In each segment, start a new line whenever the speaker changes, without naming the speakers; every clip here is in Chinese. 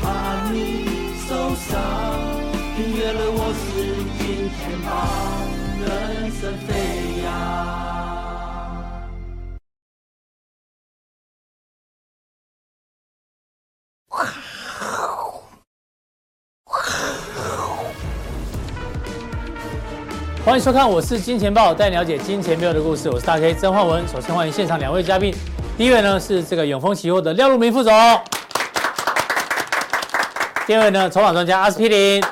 怕你受伤。原谅我是今天吧，人生飞扬。
欢迎收看，我是金钱豹，带你了解金钱豹的故事。我是大 K 曾焕文。首先欢迎现场两位嘉宾，第一位呢是这个永丰期货的廖路明副总，第二位呢筹码专家阿司匹林。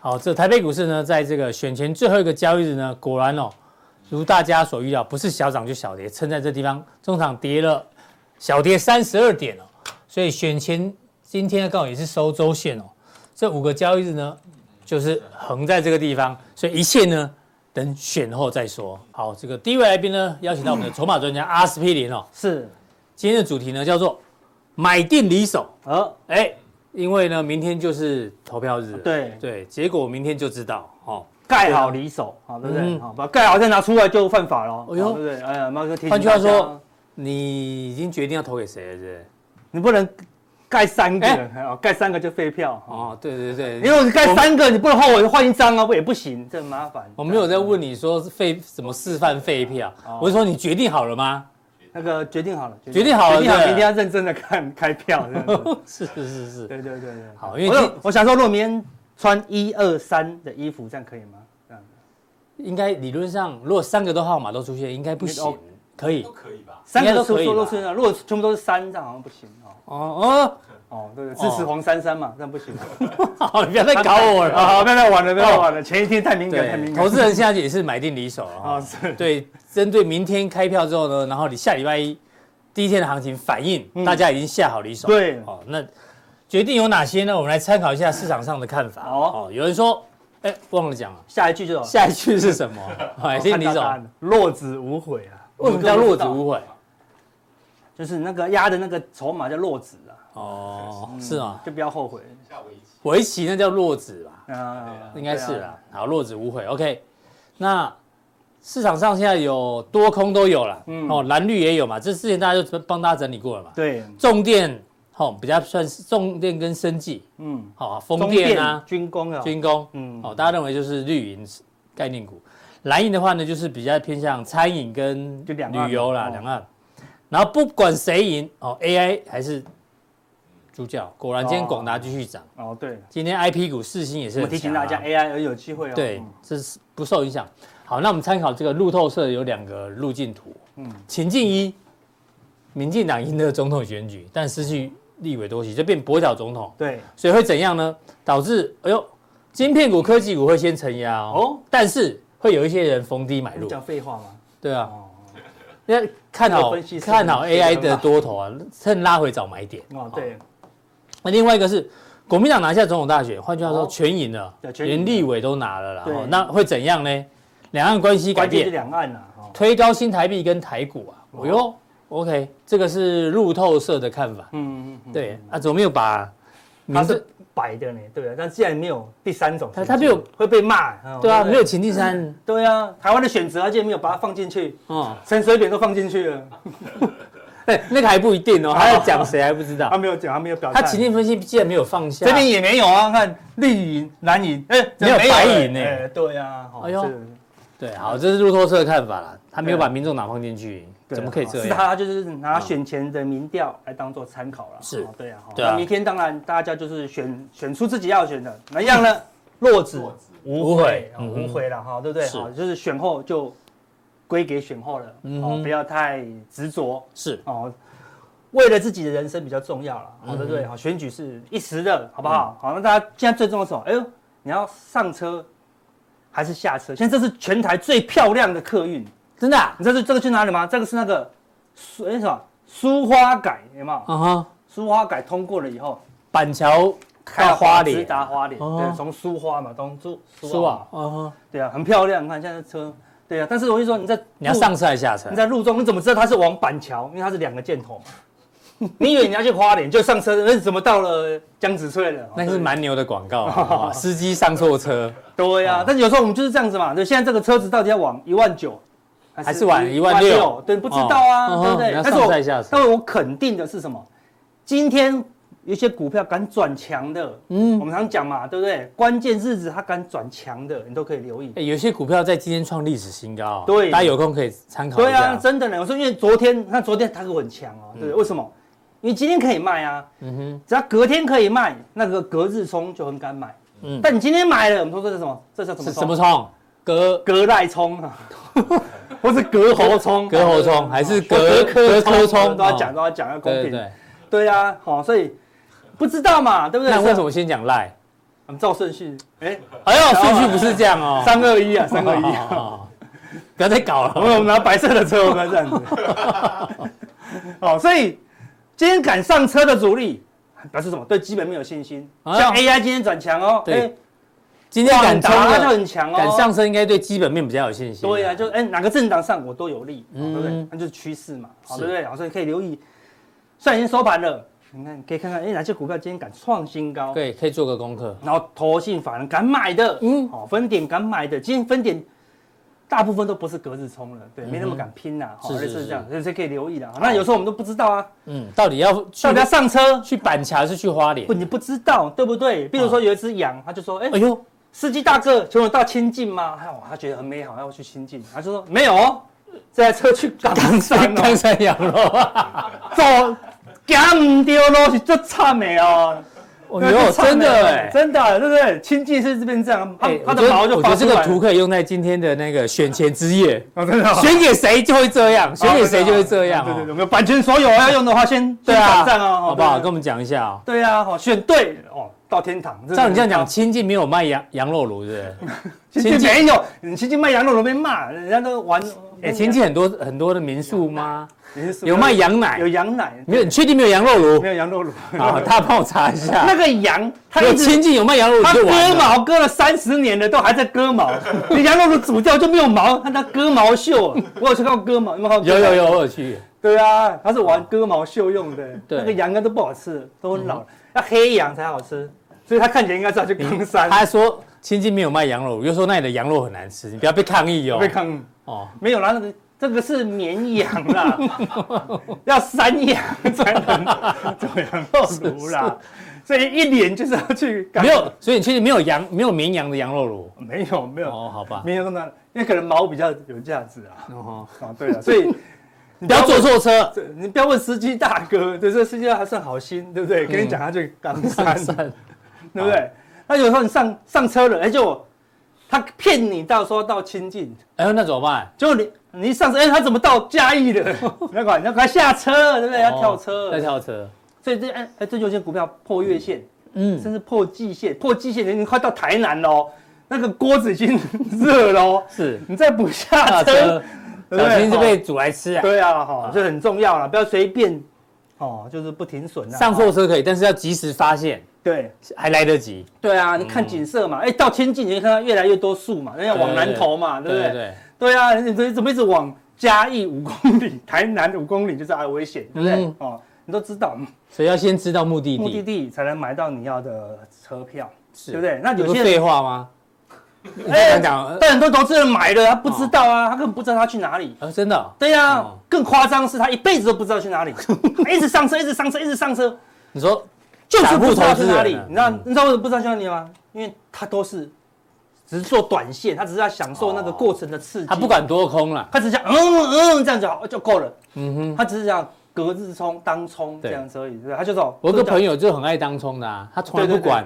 好，这台北股市呢，在这个选前最后一个交易日呢，果然哦，如大家所预料，不是小涨就小跌，撑在这地方，中场跌了小跌三十二点哦，所以选前今天刚好也是收周线哦，这五个交易日呢，就是横在这个地方，所以一切呢等选后再说。好，这个第一位来宾呢，邀请到我们的筹码专家阿司匹林哦，
是，
今天的主题呢叫做买定离手，
呃，
哎，因为呢明天就是投票日了，
对
对，结果明天就知道哦。
盖好离手，好，对不对？
嗯
好，把盖好再拿出来就犯法了，好
哎
对
呦
不对？哎呀，马哥提醒
换句话
大家
说，你已经决定要投给谁了，是不是？
你不能盖三个，
哎
哎哦盖三个就废票，哦
哦，对对对，
因为你盖三个，你不能后悔换一张啊，不也不行，这很麻烦。
我没有在问你说废什么示范废票
哦，
我是说你决定好了吗？
那个决定好了，决
决定好了
决定好，
对
明天要认真的看开票，这样 子
是是是是，
哦对对对对。
好，因
我
为
有我想说，如果明天穿一二三的衣服，这样可以吗？这样
今应该理论上，如果三个都号码都出现，应该不
应该
行
都，
可以
都可以吧？
三
应该
个
都
都
可以吧
都是啊，如果全部都是三，这样好像不行哦。
哦
哦，对对，支持黄珊珊嘛，这样不行。
哦，好，你不要再搞我
好
了。
啊 好，不要不要玩了，不要玩了，前一天太敏感，太
对，
敏 感。
投资 人现在也是买定离手了
啊，
哈。
是，
对，针对明天开票之后呢，然后你下礼拜一第一天的行情反应，
嗯
大家已经下好离手。
对
哦，那决定有哪些呢？我们来参考一下市场上的看法。
好
哦，有人说，哎，忘了讲了，
下一句就好哦
下一句是什么？哎，定离
看到
手
答，案了落子无悔啊。
为什么叫落子无悔？
就是那个压的那个筹码叫落子啊，
哦，是啊，
就不要后悔。
围棋那叫落子吧？
啊，
应该是
对啊。
啦。好，落子无悔。OK，那市场上现在有多空都有了，
嗯
哦，蓝绿也有嘛。这之前大家就帮大家整理过了嘛。
对，
重电，哦，比较算是重电跟生技，
嗯，
哦，风电
中
啊，
军工啊，
军工，
嗯
哦，大家认为就是绿营概念股。蓝营的话呢，就是比较偏向餐饮跟
就两岸嘛
旅游啦，
哦
两岸。然后不管谁赢，哦，AI 还是主角。果然，今天
哦
广达继续涨，
哦，对，
今天 IP 股四星也是
我
很
们提醒
强啊
大家，AI 有机会哦。
对
嗯，
这是不受影响。好，那我们参考这个路透社有两个路径图，嗯
嗯，
情境一，民进党赢得总统选举，但失去立委多席，就变跛脚总统，
对，
所以会怎样呢？导致哎呦，晶片股、科技股会先承压哦，
哦嗯
但是会有一些人逢低买
你
入，
讲废话吗？
对啊，
哦，
那看
这个
好
分析师
看好
分析得很
AI 的多头啊，趁拉回找买点。
哦，对，
那另外一个是国民党拿下总统大选，换句话说
哦
全赢了，
对全赢
连立委都拿了啦。
对
哦那会怎样呢？两岸关系改
关键是
变，
两岸啊。哦
推高新台币跟台股啊。哦哟，OK，这个是路透社的看法。
嗯嗯嗯，
对啊，怎么没有把
它
名
是
字？
白的呢，对啊，但既然没有第三种
它
选择，
它没有
会被骂，嗯
对啊，
不
没有秦地山
对啊，台湾的选择，而且没有把它放进去，
哦，
陈水扁都放进去
啊
了，
哎，那个还不一定哦，还要讲谁还不知
他
道。
没有讲，他没有表态，
他情境分析既然没有放下
这，边也没有啊，看绿营、蓝营，哎，怎么
没有白营
了
呢
哎对啊，哦
哎呦
这个
对，好，这是路透社的看法啦，他没有
对啊
把民众党放进去，
对啊
怎么可以
哦
这
是
样？
他就是拿选前的民调来当做参考了，
是
哦对啊，哦
对啊
那明天当然大家就是选选出自己要选的，哪样呢？落子
无
悔
悔，
哦
嗯
无
哼
悔了哈，对不对？
是
好，就是选后就归给选后了，
嗯
哦
哼，
不要太执着
是
哦。为了自己的人生比较重要了，
嗯
好、对不对？好，选举是一时的，好不好？好，那大家现在最重要的是什么？哎呦，你要上车还是下车？现在这是全台最漂亮的客运，
真的啊
你知道这这个去哪里吗？这个是那个苏哎什么苏花改有没有？
啊哈，
苏花改通过了以后，
板桥到花
直
莲，
达花莲，
哦
对，从苏花嘛，从苏
苏
嘛
啊，，啊哈。
对啊，很漂亮。你看现在车，对啊，但是我就说你在
你要
路
上车还是下车
你？在路中，你怎么知道它是往板桥？因为它是两个箭头嘛。 你以为你要去花莲就上车，那怎么到了江子翠了？
那个是蛮牛的广告啊，司机上错车
对
哦
呀、但是有时候我们就是这样子嘛。对，现在这个车子到底要往一万九，
还是往16,000
对，不知道啊，
哦
对不
你
对
要？
但是
上
我
在下
但是我肯定的是什么？今天有些股票敢转强的，嗯，我们常讲嘛，对不对？关键日子它敢转强的，你都可以留意。
哎有些股票在今天创历史新高、哦，
对
大家有空可以参考一
对啊，
下。
真的呢。我说，因为昨天，那昨天台股很强
嗯
哦，对不对，为什么？因为今天可以卖啊，嗯哼，只要隔天可以卖，那个隔日冲就很敢买。
嗯
嗯，但你今天买了，我们说这是什么？这叫什么
是
冲？
什么冲？隔
隔赖 冲啊，或是隔喉冲？
隔喉冲还是隔
隔
隔
科
科
冲？
冲？
都要讲，
哦
都要讲，要公
对对
平。
对。
对啊，好，所以不知道嘛，对不对？
那为什么先讲赖？
我们照顺序？哎，
哎呦，顺序不是这样哦。
三哎二一啊，三二一啊。
哦，不要再搞
我们
了。
我们拿白色的车，我们要这样子。 好，所以今天敢上车的主力表示什么？对基本面有信心。
啊
像 AI 今天转强哦，
对
哎，
今天敢
广
冲
达就
的，
很强哦，
敢上升，应该对基本面比较有信心。
对呀、就哎、哪个政党上我都有利，哦好对不对
啊嗯？
那就是趋势嘛，好
是
对不对？好，所以可以留意。虽然已经收盘了，你看可以看看，哎、哪些股票今天敢创新高？
对，可以做个功课。
然后投信法人敢买的，
嗯
嗯，好、分点敢买的，今天分点大部分都不是隔日冲了，对，没那么敢拼啦，好、
嗯是是
类似
是
这样，所以这可以留意的。那有时候我们都不知道啊，
嗯，到底要去
到底要上车
去板桥还是去花莲
不，？你不知道对不对？比如说有一只羊，他就说，哎、
哎呦，
司机大哥，请我到清境吗？哎呦，他觉得很美好，要去清境，他就说没有哦，这台车去冈山哦。
刚才羊肉，
走，行唔对路是最惨的哦。
我觉得真的哎。
真的，啊对不对？亲近是这边这样，欸他
哎
他
我
的
觉得
毛就
我觉
发
得
出
这
来
个
了。
图可以用在今天的那个选前之 夜，
哦，真的哦，
选给谁就会这样，选给谁就会这样
啊对对对，
哦。
我们有版权所有要用的话，先
对
先
啊，
打仗哦，
好不好？
对
跟我们讲一下哦。
对啊，好选对哦，到天堂。
照你这样讲，，亲近没有卖羊羊肉炉，对不对？
亲
亲
近
近
没有，你亲近卖羊肉都被骂，人家都玩。
哎，亲近很多很多的民宿吗？
你是属于
有卖羊奶
有？羊奶，
没有？你确定没有羊肉炉
没？有羊肉卤？
啊，他帮我查一下。
那个羊，它
有
一直
亲近有卖羊肉
它
炉就完
割
了。
毛割了三十年了，都还在 割毛。你羊肉卤煮掉就没有毛，看它割毛秀。啊 我有去看过割毛，有没有看过
有
割
有
毛？
有，我有去。
对啊，它是玩割毛秀用的。
对嗯
那个羊应该都不好吃，都很老了，要黑羊才好吃。所以它看起来应该是要去冈山
他，还说亲近没有卖羊肉，又说那里的羊肉很难吃，你不要被抗议哦
被。看
哦，
没有啦，那个这个是绵羊 啦，要山羊才 能走羊肉炉啦。所以一脸就是要去冈
没有，所以你确定没有羊，没有绵羊的羊肉炉？
没有没有
哦，好吧。
没有那么，因为可能毛比较有价值啊。
哦，
啊，对了，所 以你
不要坐
问
错车。
这，你不要问司机大哥，对这司机还算好心，对不
嗯
对？跟你讲，他去冈山，对不
哦
对？那有时候你上上车了，哎，就他骗你到说到清境，
哎呦，那怎么办？
结果你你一上车，哎，他怎么到嘉义 了？你要管，你要赶快下车，对不对？要跳车
哦，要跳车。
所以这哎哎，这就有些股票破月线，
嗯，
甚至破季线，破季线，你已经快到台南喽，那个锅子已经 热喽，
是
你再不下
下
啊车
车，，
对不哦
小
对
心就被煮来吃啊。
对啊，哈，这很重要了，不要随便，哦，就是不停损啊。
上错车可以，但是要及时发现，
对
还来得及。
对啊，你看景色嘛，哎，到天际你会看到越来越多树嘛，人家往南投嘛，对不
对
对？对啊，你怎么怎么一直往嘉义五公里、 台南五公里，就是啊危险，对不对
嗯？
哦，你都知道
所以要先知道目的
目的
地，
地才能买到你要的车票，
是
对不？对？那
有
有
些
些
废
人
话吗？你
哎
想讲，
但很多投资人买了，他不知道啊，他根本不知道他去哪里。
呃，真的哦，
对呀、啊
哦，
更夸张是他一辈子都不知道去哪 里，一直上车，一直上车，一直上车，
你说
就是不知道去
散户
哪
投资
里
人啊。
你知道你知道为什么不知道去哪里吗？因为他都是只是做短线，他只是要享受那个过程的刺激。
哦他不，管多空了，
他只是想嗯嗯这样就好就够了。
嗯哼。
他只是想隔日冲、当冲这
对
样子而已。对他就走。
我有个朋
友，
友就很爱当冲的啊，他从来
对
不
对对
管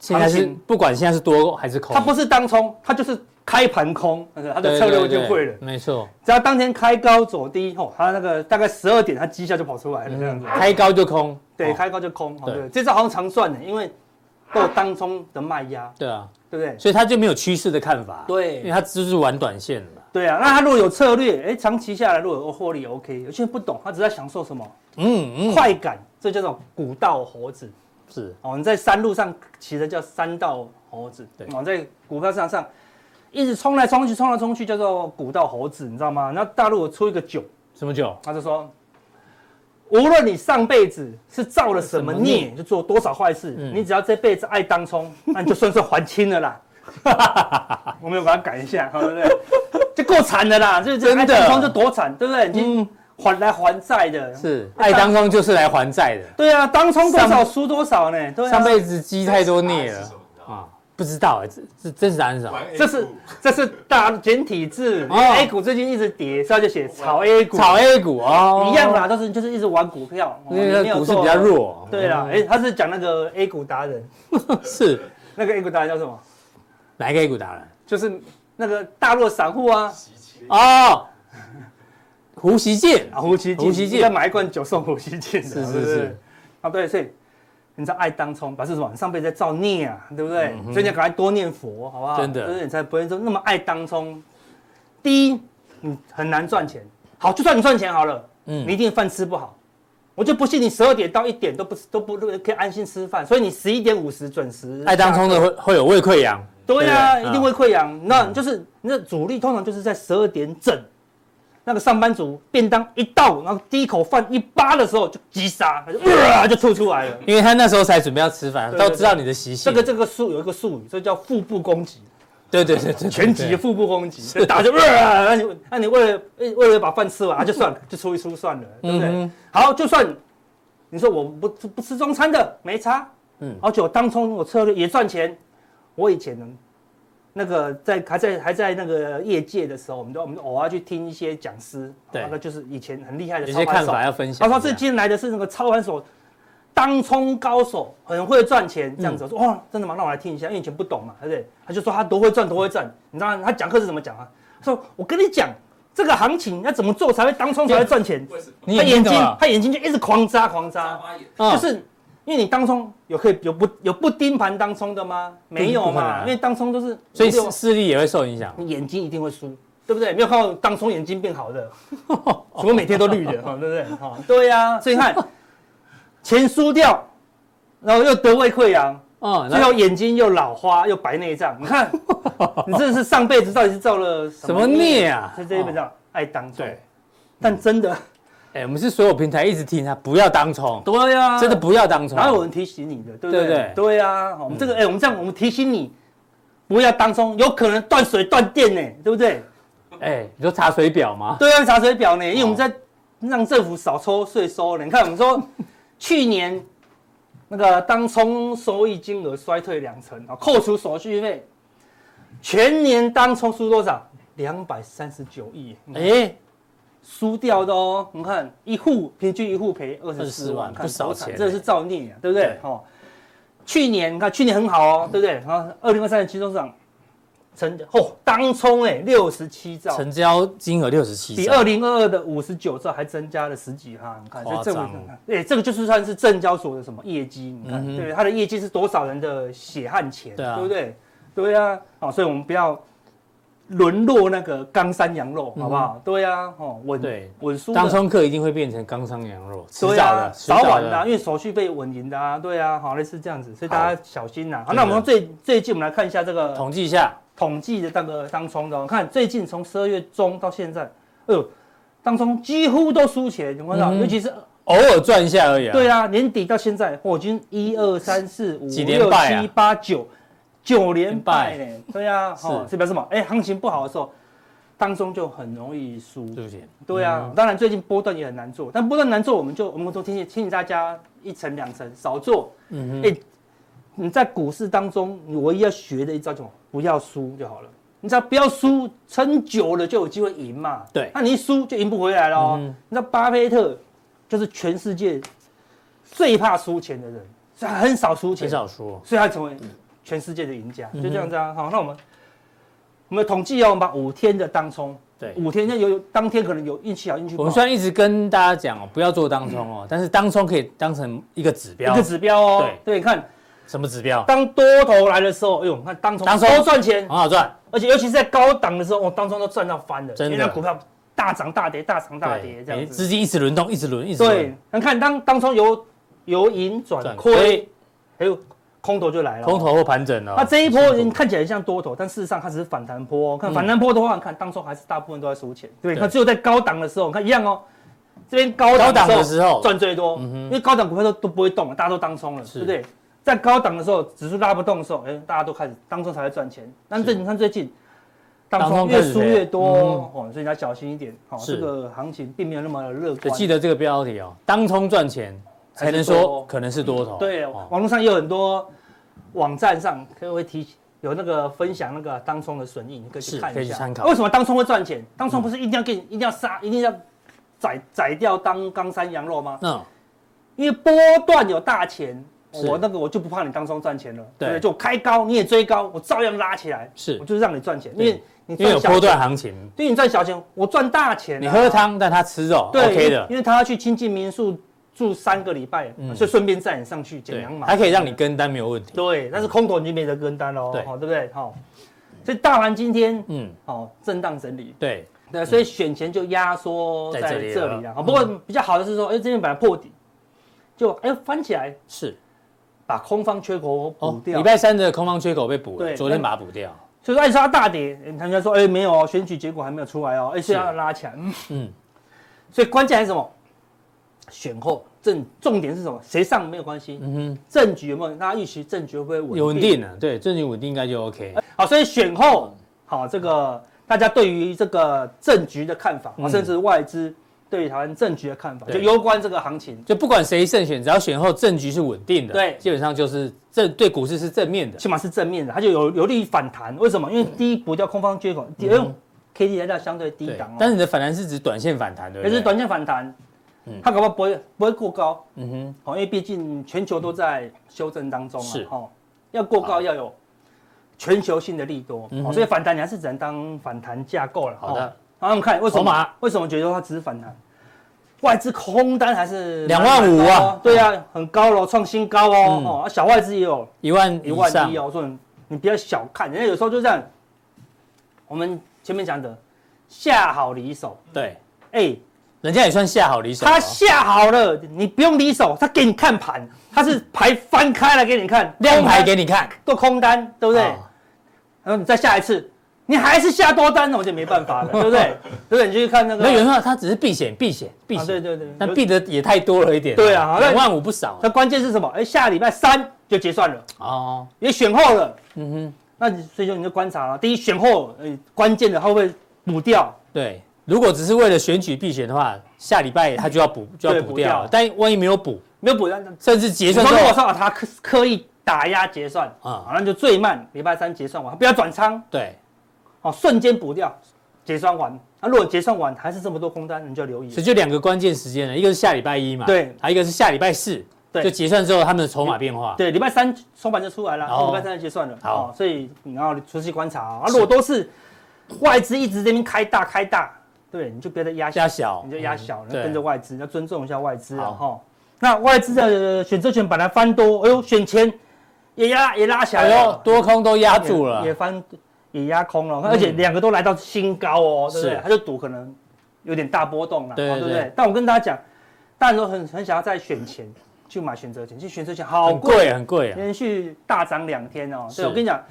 现在是
行情
不管现在是多还是空，
他不是当冲，他就是开盘空，他的
对
策略
对
就
对
会了。
没错，
只要当天开高走低，吼，他那个大概十二点，他绩效就跑出来了这样子。
开高就空，嗯
对，
哦
开高就空。哦
对
对，这招好像常算的，因为都有当冲的卖压，
对啊，
对不对？
所以他就没有趋势的看法，
对
因为他就是玩短线的嘛，
对啊，那他如果有策略，哎，长期下来如果有获利，OK。有些人不懂，他只在享受什么
嗯嗯，
快感，这叫做古道猴子
是
哦。你在山路上骑的叫山道猴子，
对
哦，在股票市场上一直冲来冲去，冲来冲去叫做古道猴子，你知道吗？那大陆有出一个酒，
什么酒？
他就说，无论你上辈子是造了什么
什么
孽，就做多少坏事，
嗯
你只要这辈子爱当 冲，那你就算是还清了啦。我们有把它改一下，好对不对？就够惨的啦，就是
真的嗯
爱当冲就多惨，对不对？已经还来还债的。
是爱当中就是来还债的。
对啊，当冲多少
上
输多少呢？对啊，
上辈子积太多孽
这是
了
什么你知道吗
啊，不知道哎，这这真实答案是什么？
玩 A
这是
股
这是大简体字，因
哦
为 A 股最近一直跌，所以他就写炒 A 股，
炒 A 股哦，
一样啦，都是就是一直玩股票，哦
那个股市比较。
你没有做
弱。
对啦，哎，他是讲那个 A 股达人，
啊 是
那个 A 股达人叫什么？
哪一个 A 股达人？
就是那个大陆的散户啊，
集齐
哦，胡锡进哦
啊，胡锡进，
胡锡进
要买一罐酒送胡锡进的，
是是
对不对
是，
啊，对，所以你知道爱当冲，表示什么？你上辈子在造孽啊，对不对？所以你要赶快多念佛，好不好？
嗯真的
就是你才不会说那么爱当冲。第一，你很难赚钱。好，就算你赚钱好了，
嗯
你一定饭吃不好。我就不信你十二点到一点都不都不都可以安心吃饭，所以你十一点五十准时。
爱当冲的会会有胃溃疡，
对呀、
对不对
一定会溃疡。那就是那主力通常就是在十二点整，那个上班族便当一到，然后第一口饭一扒的时候就急杀，他就、呃、就吐出来了。
因为他那时候才准备要吃饭，
对对
都
对
知道你的习性。
这个这个术有一个术语，这叫腹部攻击，
对对对对，
全
对
集啊腹部攻击，就打就呃，那你 那你为了为为了把饭吃完，啊就算了，就 出一出算了，对不对？
嗯
好，就算你说我不不吃中餐的，没差，
嗯
嗯，而且我当冲我策略也赚钱。我以前呢，那个在还在还在那个业界的时候，我们都我们偶尔去听一些讲师，
对
那就是以前很厉害的
有
操
些
盘
看
手
法，要分享
他
一下。
说这进来的是那个操盘手，当冲高手，很会赚钱
嗯
这样子。我说哇，真的吗？让我来听一下，因为以前不懂嘛，对不对？他就说他多会赚，多会赚。你知道他讲课是怎么讲啊？他说我跟你讲，这个行情要怎么做才会当冲才会赚钱？
为什么？
你
他眼
眼睛
睛他眼睛就一直狂扎狂
眨
扎，
巴眼，
就
就是因为你当冲有可以有不有不盯盘当冲的吗？没有
不可能啊
嘛，因为当冲都是
所以
六
视视力也会受影响。
你眼睛一定会输，对不对？没有看到当冲眼睛变好的， 什么每天都绿的，哈，对不对？哈，对呀、所以你看， 钱输掉，然后又得胃溃 疡，
嗯，
最
然
后
后
眼睛又老花又白内障，你看，你这是上辈子到底是造了什
什么孽啊
这这一本上爱当冲
对，
但真的，
哎，我们是所有平台一直提他不要当冲，
对啊呀、
真的不要当冲。
哪有人提醒你的，
对
对不对？
不对嗯
对呀、啊，我们这个，哎、我们这样，我们提醒你，不要当冲，有可能断水断电呢，对不对？
哎，你说查水表吗？
对啊，查水表呢，因为我们在让政府少抽税收呢。你看，我们说去年那个当冲收益金额衰退两成啊，扣除手续费，全年当冲输多少？两百三十九亿，
哎，
输掉的哦。你看，一户平均一户赔二十四
24万
万，看
不少
多惨
钱
这是造孽啊，对不对
对？
哦，去年你看去年很好哦，对不对？然后二零二三年期中市场成哦，当冲哎六十七兆，
成交金额六十七，
比二零二二的五十九兆还增加了十几哈，你看
夸张
这政府，对，这个就是算是证交所的什么业绩，你看，
嗯哼
对，它的业绩是多少人的血汗钱，
对啊
不对？对啊，好，所以我们不要沦落那个冈山羊肉，好不好？对啊，哦，稳
嗯对
稳输的
当冲客一定会变成刚商羊肉，迟
对
早
啊
的，，迟
早晚
的
的啊，因为手续费稳赢的啊，对啊，好，类似这样子，所以大家小心呐。好，
真的
那我们最最近我们来看一下这个
呃统计一下，
统计的那个当冲的、哦，看最近从十二月中到现在，哎呦，当冲几乎都输钱，你看到，
嗯
尤其是
偶尔赚一下而已啊。
对啊，年底到现在，我已经一二三四五
几连
六
败啊
七八九九连败呢，对啊，
是
哦，这表示什么？哎，行情不好的时候，当中就很容易输，
对不起，
对啊，
嗯
当然最近波段也很难做，但波段难做，我们就我们都提醒提醒大家一层两层少做。
嗯
哎、你在股市当中，你唯一要学的一招就不要输就好了。你只要不要输，撑久了就有机会赢嘛。
对
那你一输就赢不回来了、哦
嗯哼
你知道巴菲特就是全世界最怕输钱的人，所以他很少输
哼，很
钱，
少嗯说，
所以他成为全世界的赢家，就这样子啊。好，那我们我们统计哦，我们把五天的当冲，
对。
五天那有当天可能有运气好，运气不
我
好
们，虽然一直跟大家讲哦，不要做当冲哦，但是当冲可以当成一个指标
嗯一个，指标哦。对，你看
什么指标？
当多头来的时候，哎呦，你看当冲
当冲
多赚钱
很，好赚，
而且尤其是在高档的时候，我、哦当中都赚到翻了，
真的
因为那股票大涨大跌，大涨大跌
对
这样
资
子。
金一直轮动，一直轮，一直
对
轮，，
你看当当中由由盈
转
转
亏
亏，还有空头就来了。
空，头或盘整哦。
那这一波
辛
你
苦
看起来像多头，但事实上它只是反弹波、哦。看
嗯
反弹波的话，你看当中还是大部分都在输钱，对，
对
那只有在高档的时候，你看一样哦。这边高
高档
档
的
的时
时候
候赚最多，
嗯哼
因为高档股票都都不会动了，大家都当冲了，
是
对不对？在高档的时候，指数拉不动的时候，哎、大家都开始当冲才会赚钱。但
是
这你看最近当
当
冲
冲
越
开始
输
赔
越多
嗯
哦，所以你要小心一点。好，
是
这个行情并没有那么的乐
对，
观。
记得这个标题哦，当冲赚钱才能
还是多
说
头
可能是多头。
对，
哦
网络上也有很多网站上可能会提有那个分享那个当冲的损益，你可以去
是
看
可以
一
去
下。
参考嗯
为什么当冲会赚钱？当冲不是一定要给你，一定要杀，一定要宰宰掉当冈山羊肉吗？
那
因为波段有大钱，
是
我那个我就不怕你当冲赚钱了，
对
对不对？就我开高你也追高，我照样拉起来，
是
我就是让你赚钱，因
对
为你
因为有
赚小
波段
钱，
行情，
对你赚小钱，我赚大钱啊、
你喝汤但他吃肉
对
，OK 的
因，为他要去亲近民宿住三个礼拜，啊
嗯
所以顺便载你上去减
对
羊，毛，
还可以让你跟单没有问题。
对，但是空头你就没得跟单喽，
对
好、对不对？好、所以大盘今天
嗯，
哦震荡整理，
对，
对，所以选前就压缩
嗯在
在
这
这
里了嗯
里了。好、不过比较好的是说，哎、这边本来破底，就哎翻起来，
是
把空方缺口补
哦。
掉。
礼拜三的空方缺口被补了，
对
昨天把它补掉。
所以说，哎，它大跌，哎人家说，哎、没有哦，选举结果还没有出来哦，哎、所以要拉强。嗯
嗯，
所以关键还是什么？选后正重点是什么？谁上没有关系，
嗯
政局有没有？大家预期政局会不会稳哎
哼，稳定了，对，最近稳定应该就 OK。
好，所以选后，好这个大家对于这个政局的看法，
嗯
甚至外资对于台湾政局的看法，
对
就攸关这个行情。
就不管谁胜选，只要选后政局是稳定的，
对
基本上就是正对股市是正面的。
起码是正面的，它就有有利于反弹。为什么？因为第一补掉空方缺口，第二、K D 来到相对
嗯
低
对
档、哦，，
但是你的反弹是指短线反弹，对不
也
对？
是短线反弹
嗯，
它搞不好不会不会过高，
嗯哼，
好，因为毕竟全球都在修正当中啊，
是
哦，要过高要有全球性的利多，
嗯
哦
哼
所以反弹你还是只能当反弹架构了。
好
哦
的，，
好，我们看为什
筹码
么为什么觉得它只是反弹？外资空单还是
25,000
蛮
啊
高哦对啊，很高了，创新高哦
嗯。
哦，啊小外资也有
一万
一
以
万
上
一哦。我说你你不要小看，人家有时候就这样。我们前面讲的下好离手，
对，
哎，
人家也算下好离手、哦。
他下好了，你不用离手，他给你看盘，他是牌翻开来给你看，
亮牌给
你
你看，
都空单，对不对？
哦
然后你再下一次，你还是下多单，那我就没办法 了，对不对？对不对？你就去看那个
那有人说他只是避险，避险，避
啊，
险，
对对对，
但避的也太多了一点。
对啊好那
两万五不少啊
那关键是什么？哎，下礼拜三就结算了，
哦。
也选后了。
嗯哼，
那你所以说你就观察了，第一选后，哎，关键的它会不会补掉？
对。如果只是为了选举避险的话，下礼拜他就要补，就要
对
补
补
掉
掉
了。但万一没有补，
没有补掉，那
甚至结
你
算
说
之
如果
后，
说啊，他刻刻意打压结算
啊
啊，那就最慢礼拜三结算完，它不要转仓
对，
哦，瞬间补掉，结算完。那如果结算完还是这么多空单，你就要留意
所以。就两个关键时间了，一个是下礼拜一嘛，
对
还有一个是下礼拜四，
对
就结算之后他们的筹码变化，
对，礼拜三收盘就出来了，
哦
礼拜三就结算了。
好
哦，所以你要仔细观察啊。啊如果都是外资一直这边开大开大，对，你就别再压下
加小，
你就压小，
嗯
要跟着外资，要尊重一下外资啊
好
哈。那外资的选择权本来翻多，哎呦，选前也压也拉起来
哎呦，
了，
多空都压住
也
了嗯
也，翻也压空了，而且两个都来到新高哦，对不对
是？
他就赌可能有点大波动了，
对
哦对不
对
对？但我跟大家讲，大家都很很想要在选前去买选择权，其实选择权好
很
贵，
贵很贵啊，
连续大涨两天哦。
是
对，我跟你讲，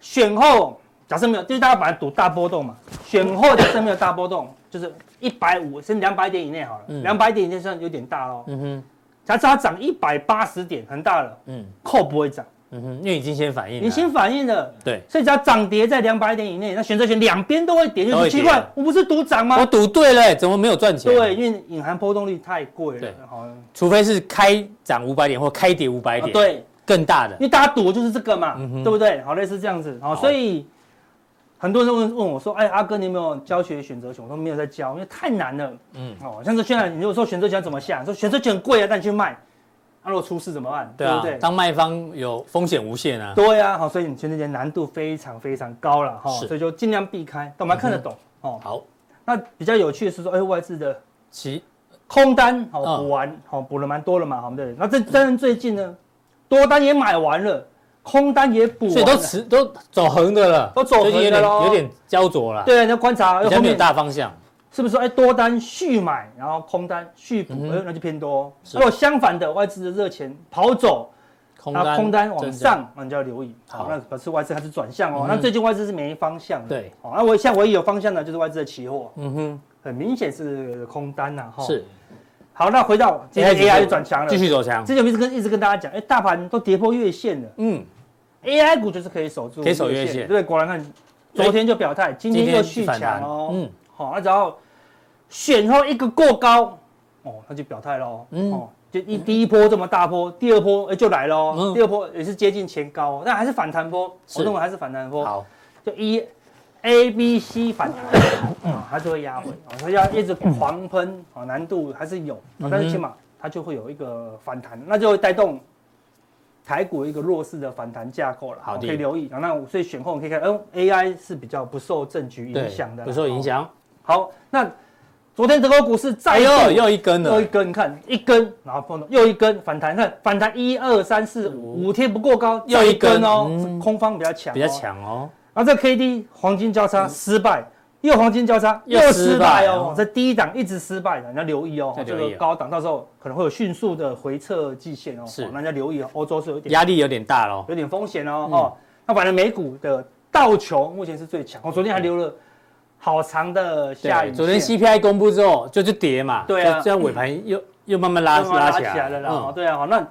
选后假设没有，就是大家本来赌大波动嘛，选后假设没有大波动，就是一百五甚至两百点以内好了，
嗯
两百、点以内算有点大喽。
嗯哼，
假设它涨一百八十点，很大了，
嗯
扣不会涨，
嗯哼，因为已经先反应了，
你先反应了。
对，
所以只要涨跌在两百点以内，那选择权两边都会跌，
都
就
会
是
跌
奇怪，我不是赌涨
我
吗？
赌对了，哎怎么没有赚钱？
对，，因为隐含波动率太贵
对
了，好，
除非是开涨五百点或开跌五百
啊
点，，
对，
更大的
因，为大家赌的就是这个嘛
嗯哼，
对不对？好，类似这样子，哦好，所以很多人都问问我说，哎，阿哥，你有没有教学选择权？我说没有在教，因为太难了。
嗯，
哦，像是现在你如果说选择权怎么下，说选择权很贵啊，但你去卖，那如果出事怎么办？
对
对不
啊，
对？
当卖方有风险无限啊，
对啊，好，所以你选择权难度非常非常高了哈，
是嗯
所以就尽量避开，但我们还看得懂哦。
好，
那比较有趣的是说，哎，外资的
其
空单好
嗯
补完，好补了蛮多了嘛，好对。那这但最近呢，多单也买完了，空单也补完
所以
了，
都持都走横的了，
都走横的
最近有点
咯
有点焦灼了，，
对，你要观察
比
哎后
较没有
面
大方向，
是不是说哎多单续买，然后空单续补，
嗯哼
哎那就偏多。
是
如果相反的，外资的热钱跑走，
空
那
单
啊空单往
增加，
上，那你就要留意。
好
好，那表示外资它是转向
嗯
哦
哼。
那最近外资是没方向的。哦
对，
好，那我现在唯一有方向的就是外资的期货，
嗯哼，
很明显是空单呐。哈。
是。哎
好，那回到哦今天 AI 就转强了，
继续走强。
之前我一直跟一直跟大家讲，哎，大盘都跌破月线了
嗯，
，AI 股就是可以守住，
可以守月线哎
对，果然看昨天就表态，今天又续
反弹
强哦。
嗯
嗯，好，那只要选后一个过高，哦，那就表态喽。
嗯
哦，就一第一波这么大波，第二波哎就来喽。
嗯
第二波也是接近前高哦，但还是反弹波，
是
我认为还是反弹波。
好，
就一 A、B、C 反弹，嗯，它就会压回，哦所以要一直狂喷，哦，难度还是有，
嗯哼
但是起码它就会有一个反弹，那就会带动台股一个弱势的反弹架构了，
好
哦
的
可以留意。啊那我所以选后我们可以看，嗯，AI 是比较不受政局
对
影响的，
不受影。
哦
响。
好，那昨天德国股市再
哎呦，
度
又一根
又
了
一，根，看一根，然后碰到又一根反弹，看反弹一二三四五五天不过高，
又
再
一根
哦，
嗯
空方比较强，
比较。强哦。
然后啊这 K D 黄金交叉失败，又黄金交叉
嗯又
又
失
失
败
败
哦
哦，这第一档一直失败的，你要留意哦
要，留
这
意
个高档到时候可能会有迅速的回撤季线哦，
是
那你要留意哦，欧洲是有一点
压力嗯有点大喽。
有点风险哦，哦，那反正美股的道琼目前是最强，我哦昨天还留了好长的
嗯
下
对，
影线，
昨天 CPI 公布之后就就跌嘛，
对啊
这样尾盘又又慢慢拉
慢慢嗯拉
起
起来了啦，哦
嗯
对啊，好那。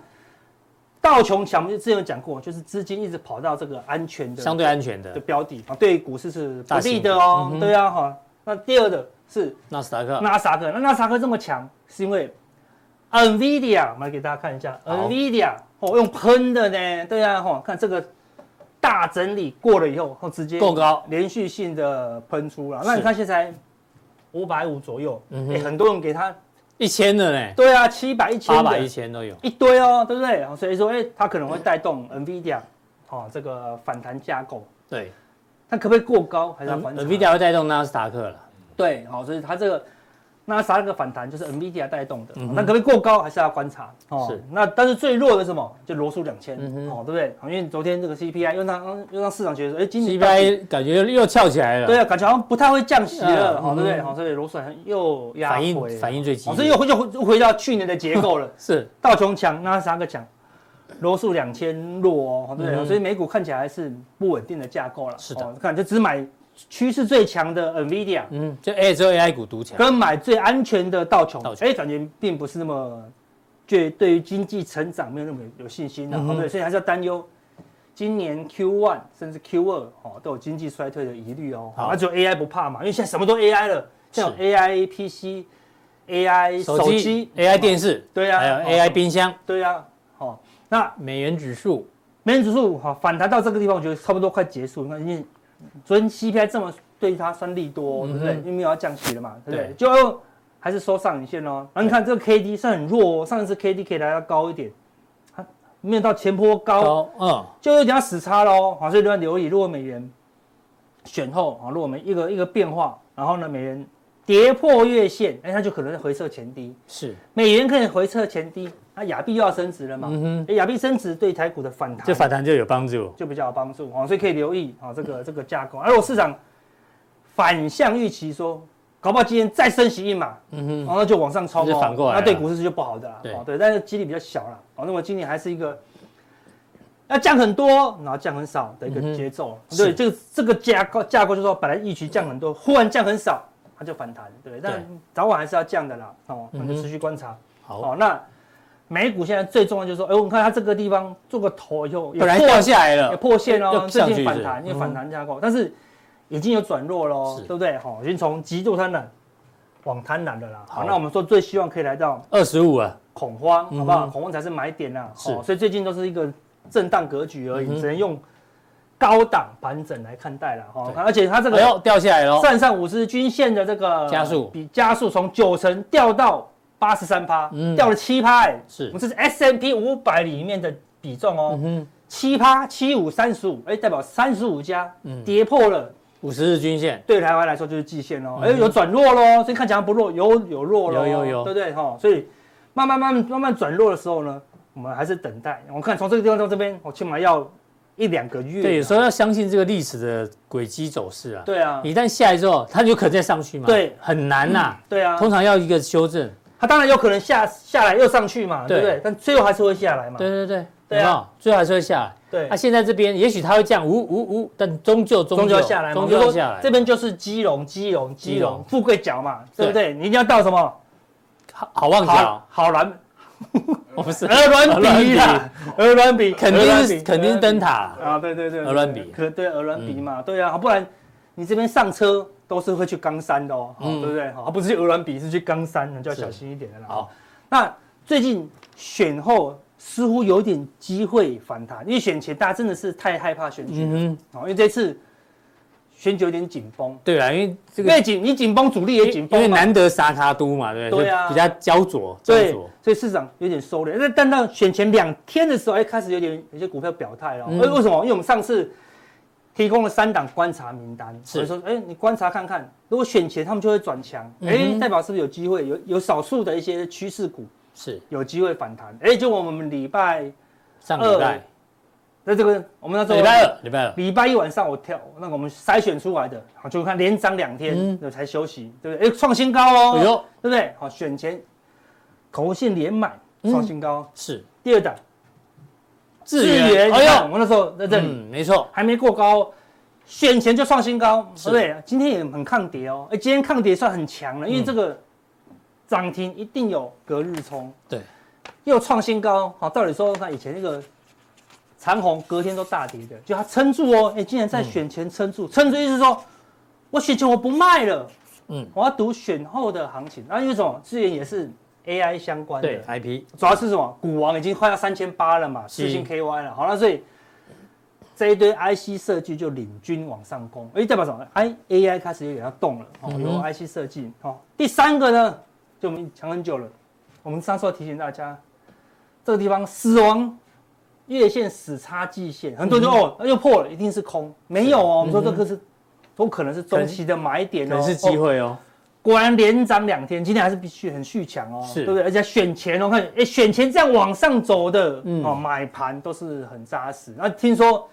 道琼强，我们之前有讲过，就是资金一直跑到这个安全的
相对安全
的
的
标的啊，对股市是不
大
利
型
的
的嗯。
哦
哼
对啊，哈。那第二的是
纳斯达克，
纳斯达克，那纳斯达克这么强，是因为 NVIDIA，我们来给大家看一下
好
NVIDIA 哦，用喷的呢，对啊，哈，看这个大整理过了以后，哦，直接
够高
连续性的喷出了。那
是
你看现在五百五左右，
嗯哼
哎，很多人给他，
一千的嘞，
对啊，七百一千
八百一千都有。
一堆哦，对不对？哦所以说，哎，它可能会带动 NVIDIA 哦这个反弹架构。
对
它可不可以过高？还是啊要反弹？
嗯，NVIDIA 会带动纳斯达克了，
对，好、所以它这个纳斯达克反弹就是 NVIDIA 带动的，
嗯
哦
哼
那可不可以过高还是要观察哦。
是
那但是最弱的是什么？就罗素两千、
嗯哼
哦，对不对？好因为昨天这个 CPI 又让又让市场觉得说，哎、今年到底
，CPI 感觉又翘起来了。
对啊，感觉好像不太会降息了，
嗯
好、对不对？
嗯
好、所以罗素两千又压
反
回
应反应最激
哦，所以
烈。
又，回就回又回到去年的结构了
是
道琼强，纳斯达克强，罗素两千弱哦，好对不对？
嗯哼
所以美股看起来还是不稳定的架构了。
是的
哦看就只买趋势最强的 NVIDIA，
嗯，就 A 只有 AI 股独强，
跟买最安全的道琼
道，琼
哎、感觉并不是那么对对于经济成长没有那么有信心的、
嗯哼
对，所以还是要担忧今年 Q one 甚至 Q 二哦都有经济衰退的疑虑哦。
好
那只有 AI 不怕嘛，因为现在什么都 AI 了，像有
是
AI PC、AI 手机、
AI
哦
电视，
对啊，
还有
哦
AI 冰箱，
对啊，哦，那
美元指数
美元指数哈、哦反弹到这个地方，我觉得差不多快结束。那因为昨天 CPI 这么对它算利多、哦对不对
嗯？哼
因为没有要降息了嘛，对不对？
对
就还是收上影线哦。然后你看这个 KD 算很弱、哦，上一次 KD 可以来到高一点，它没有到前坡高，
高，嗯，
就有点要死叉喽。好，所以你要留意，如果美元选后啊，如果我们一个一个变化，然后呢，美元跌破月线，哎，它就可能回撤前低。
是
美元可以回撤前低，那亚币又要升值了嘛？
嗯
哎亚币升值对台股的反弹，
这反弹就有帮助，
就比较有帮助哦，所以可以留意哦这个这个架构。而如果市场反向预期说，搞不好今天再升息一码，
嗯
然
哼，
后就往上冲
就是
哦，
反过来了
那对股市是就不好的啦。
对
哦，对，但是几率比较小啦。哦，那么今年还是一个要降很多，然后降很少的一个
嗯哼
节奏。
是
对，这个这个架构架构就是说，本来预期降很多，忽然降很少，它就反弹，对。但早晚还是要降的啦。哦，那
嗯
就
哼
持续观察。
好，
哦，那美股现在最重要就是说，哎，我们看它这个地方做个头以后，也
本来
破
掉下来
也
了，
破线哦
又，
最
呃上去
近反
是
弹，因为
嗯
反弹架构，但是已经有转弱喽
是，
对不对？好，已经从极度贪婪往贪婪的啦。
好
好，那我们说最希望可以来到
二十五啊，
恐慌，
嗯
好不好？恐慌才是买点啦。
是
哦，所以最近都是一个震荡格局而已，
嗯哼
只能用高档盘整来看待了哈
对。
而且它这
哎
个
呦，掉下来喽，
站上五十均线的这个
加速
比加速从九成掉到八十三趴
嗯，
掉了七趴，哎
是
我们这是 S M P 五百里面的比重哦。
嗯哼，
七趴七五三十五，哎，代表三十五家
嗯
跌破了，
五十日均线，
对台湾来说就是季线哦，哎，
嗯
有转弱喽，所以看起来不弱，有有弱喽，
有有有
对不对哈、所以慢慢慢慢慢慢转弱的时候呢，我们还是等待。我看从这个地方到这边，我起码要一两个月啊，
对，有时候要相信这个历史的轨迹走势啊，
对啊，
一旦下来之后，它就可能再上去嘛，
对
很难呐，
对啊，
通常要一个修正，
它当然有可能下下来又上去嘛，
对
对不对？但最后还是会下来嘛，
对啊对对，
对啊
有没有，最后还是会下来。
对
那、，现在这边也许它会降，呜呜呜，但终究
终究要下来嘛，
终
比
究
如
要
说
下来。
这边就是基隆，基隆，
基
基
隆
隆，富贵角嘛，对不
对
对？你一定要到什么
好好望角
好，好蓝。
我不是
鹅卵比啦，
啊
鹅卵比
肯定是肯定是灯
塔
塔啦，
啊，对对对，对
鹅銮鼻嗯
可对鹅卵比嘛，对啊，不然你这边上车都是会去冈山的哦，好
嗯
对不对？好，不是去鹅銮鼻，是去冈山，你就要
是
小心一点了啦。
好，
那最近选后似乎有点机会反弹，因为选前大家真的是太害怕选举了，
嗯哼，
哦，因为这次选举有点紧绷，
对啊啦，因为这个
越紧你紧绷，主力也紧
因
绷嘛，
为难得沙卡都嘛，对不对？
对啊
就比较焦灼，焦
对
灼，，
所以市场有点收敛。那但到选前两天的时候，哎，开始有点有些股票表态了。
嗯
为、为什么？因为我们上次提供了三档观察名单，
是
我就说，哎，你观察看看，如果选前他们就会转强，哎、
嗯哼
代表是不是有机会？有有少数的一些趋势股
是
有机会反弹。哎，就我们礼拜
上礼拜，
那这个我们那时候
礼拜二，礼拜二，
礼拜一晚上我跳那个我们筛选出来的，好就看连涨两天
嗯，
那、才休息，对不对？哎，创新高哦，
哎呦，
对不对？好，选前口线连买
嗯
创新高。
是
第二档
智
哎
哎
呦，我
呦，
们那时候在这里
嗯，没错，
还没过高，选前就创新高，对
是
不对？今天也很抗跌哦，哎，今天抗跌算很强了，因为
嗯
这个涨停一定有隔日冲，
对，
又创新高，好，照理说看以前那个长虹隔天都大跌的，就它撑住哦，哎，竟
嗯
然在选前撑住，撑住意思说，我选前我不卖了，
嗯，
我要赌选后的行情，啊那因为什么？资源也是 AI 相关的，
对，IP
主要是什么？股王已经快要三千八了嘛，
是
四星 KY 了。好，那所以这一堆 IC 设计就领军往上攻，哎，代表什么？I AI 开始有点要动了，哦，
嗯
有
哼
IC 设计。哦，第三个呢，就我们讲很久了，我们上次有提醒大家，这个地方死亡月线死叉季线，很多
嗯
人就、哦那又破了，一定是空，没有哦，我们说这个是。都可能是中期的买点
可
哦，
能是
哦
机会哦，
果然连涨两天，今天还是必须很续强哦，
是
对不对？而且选前哦，看，哎，选前这样往上走的、
嗯
哦，买盘都是很扎实。那听说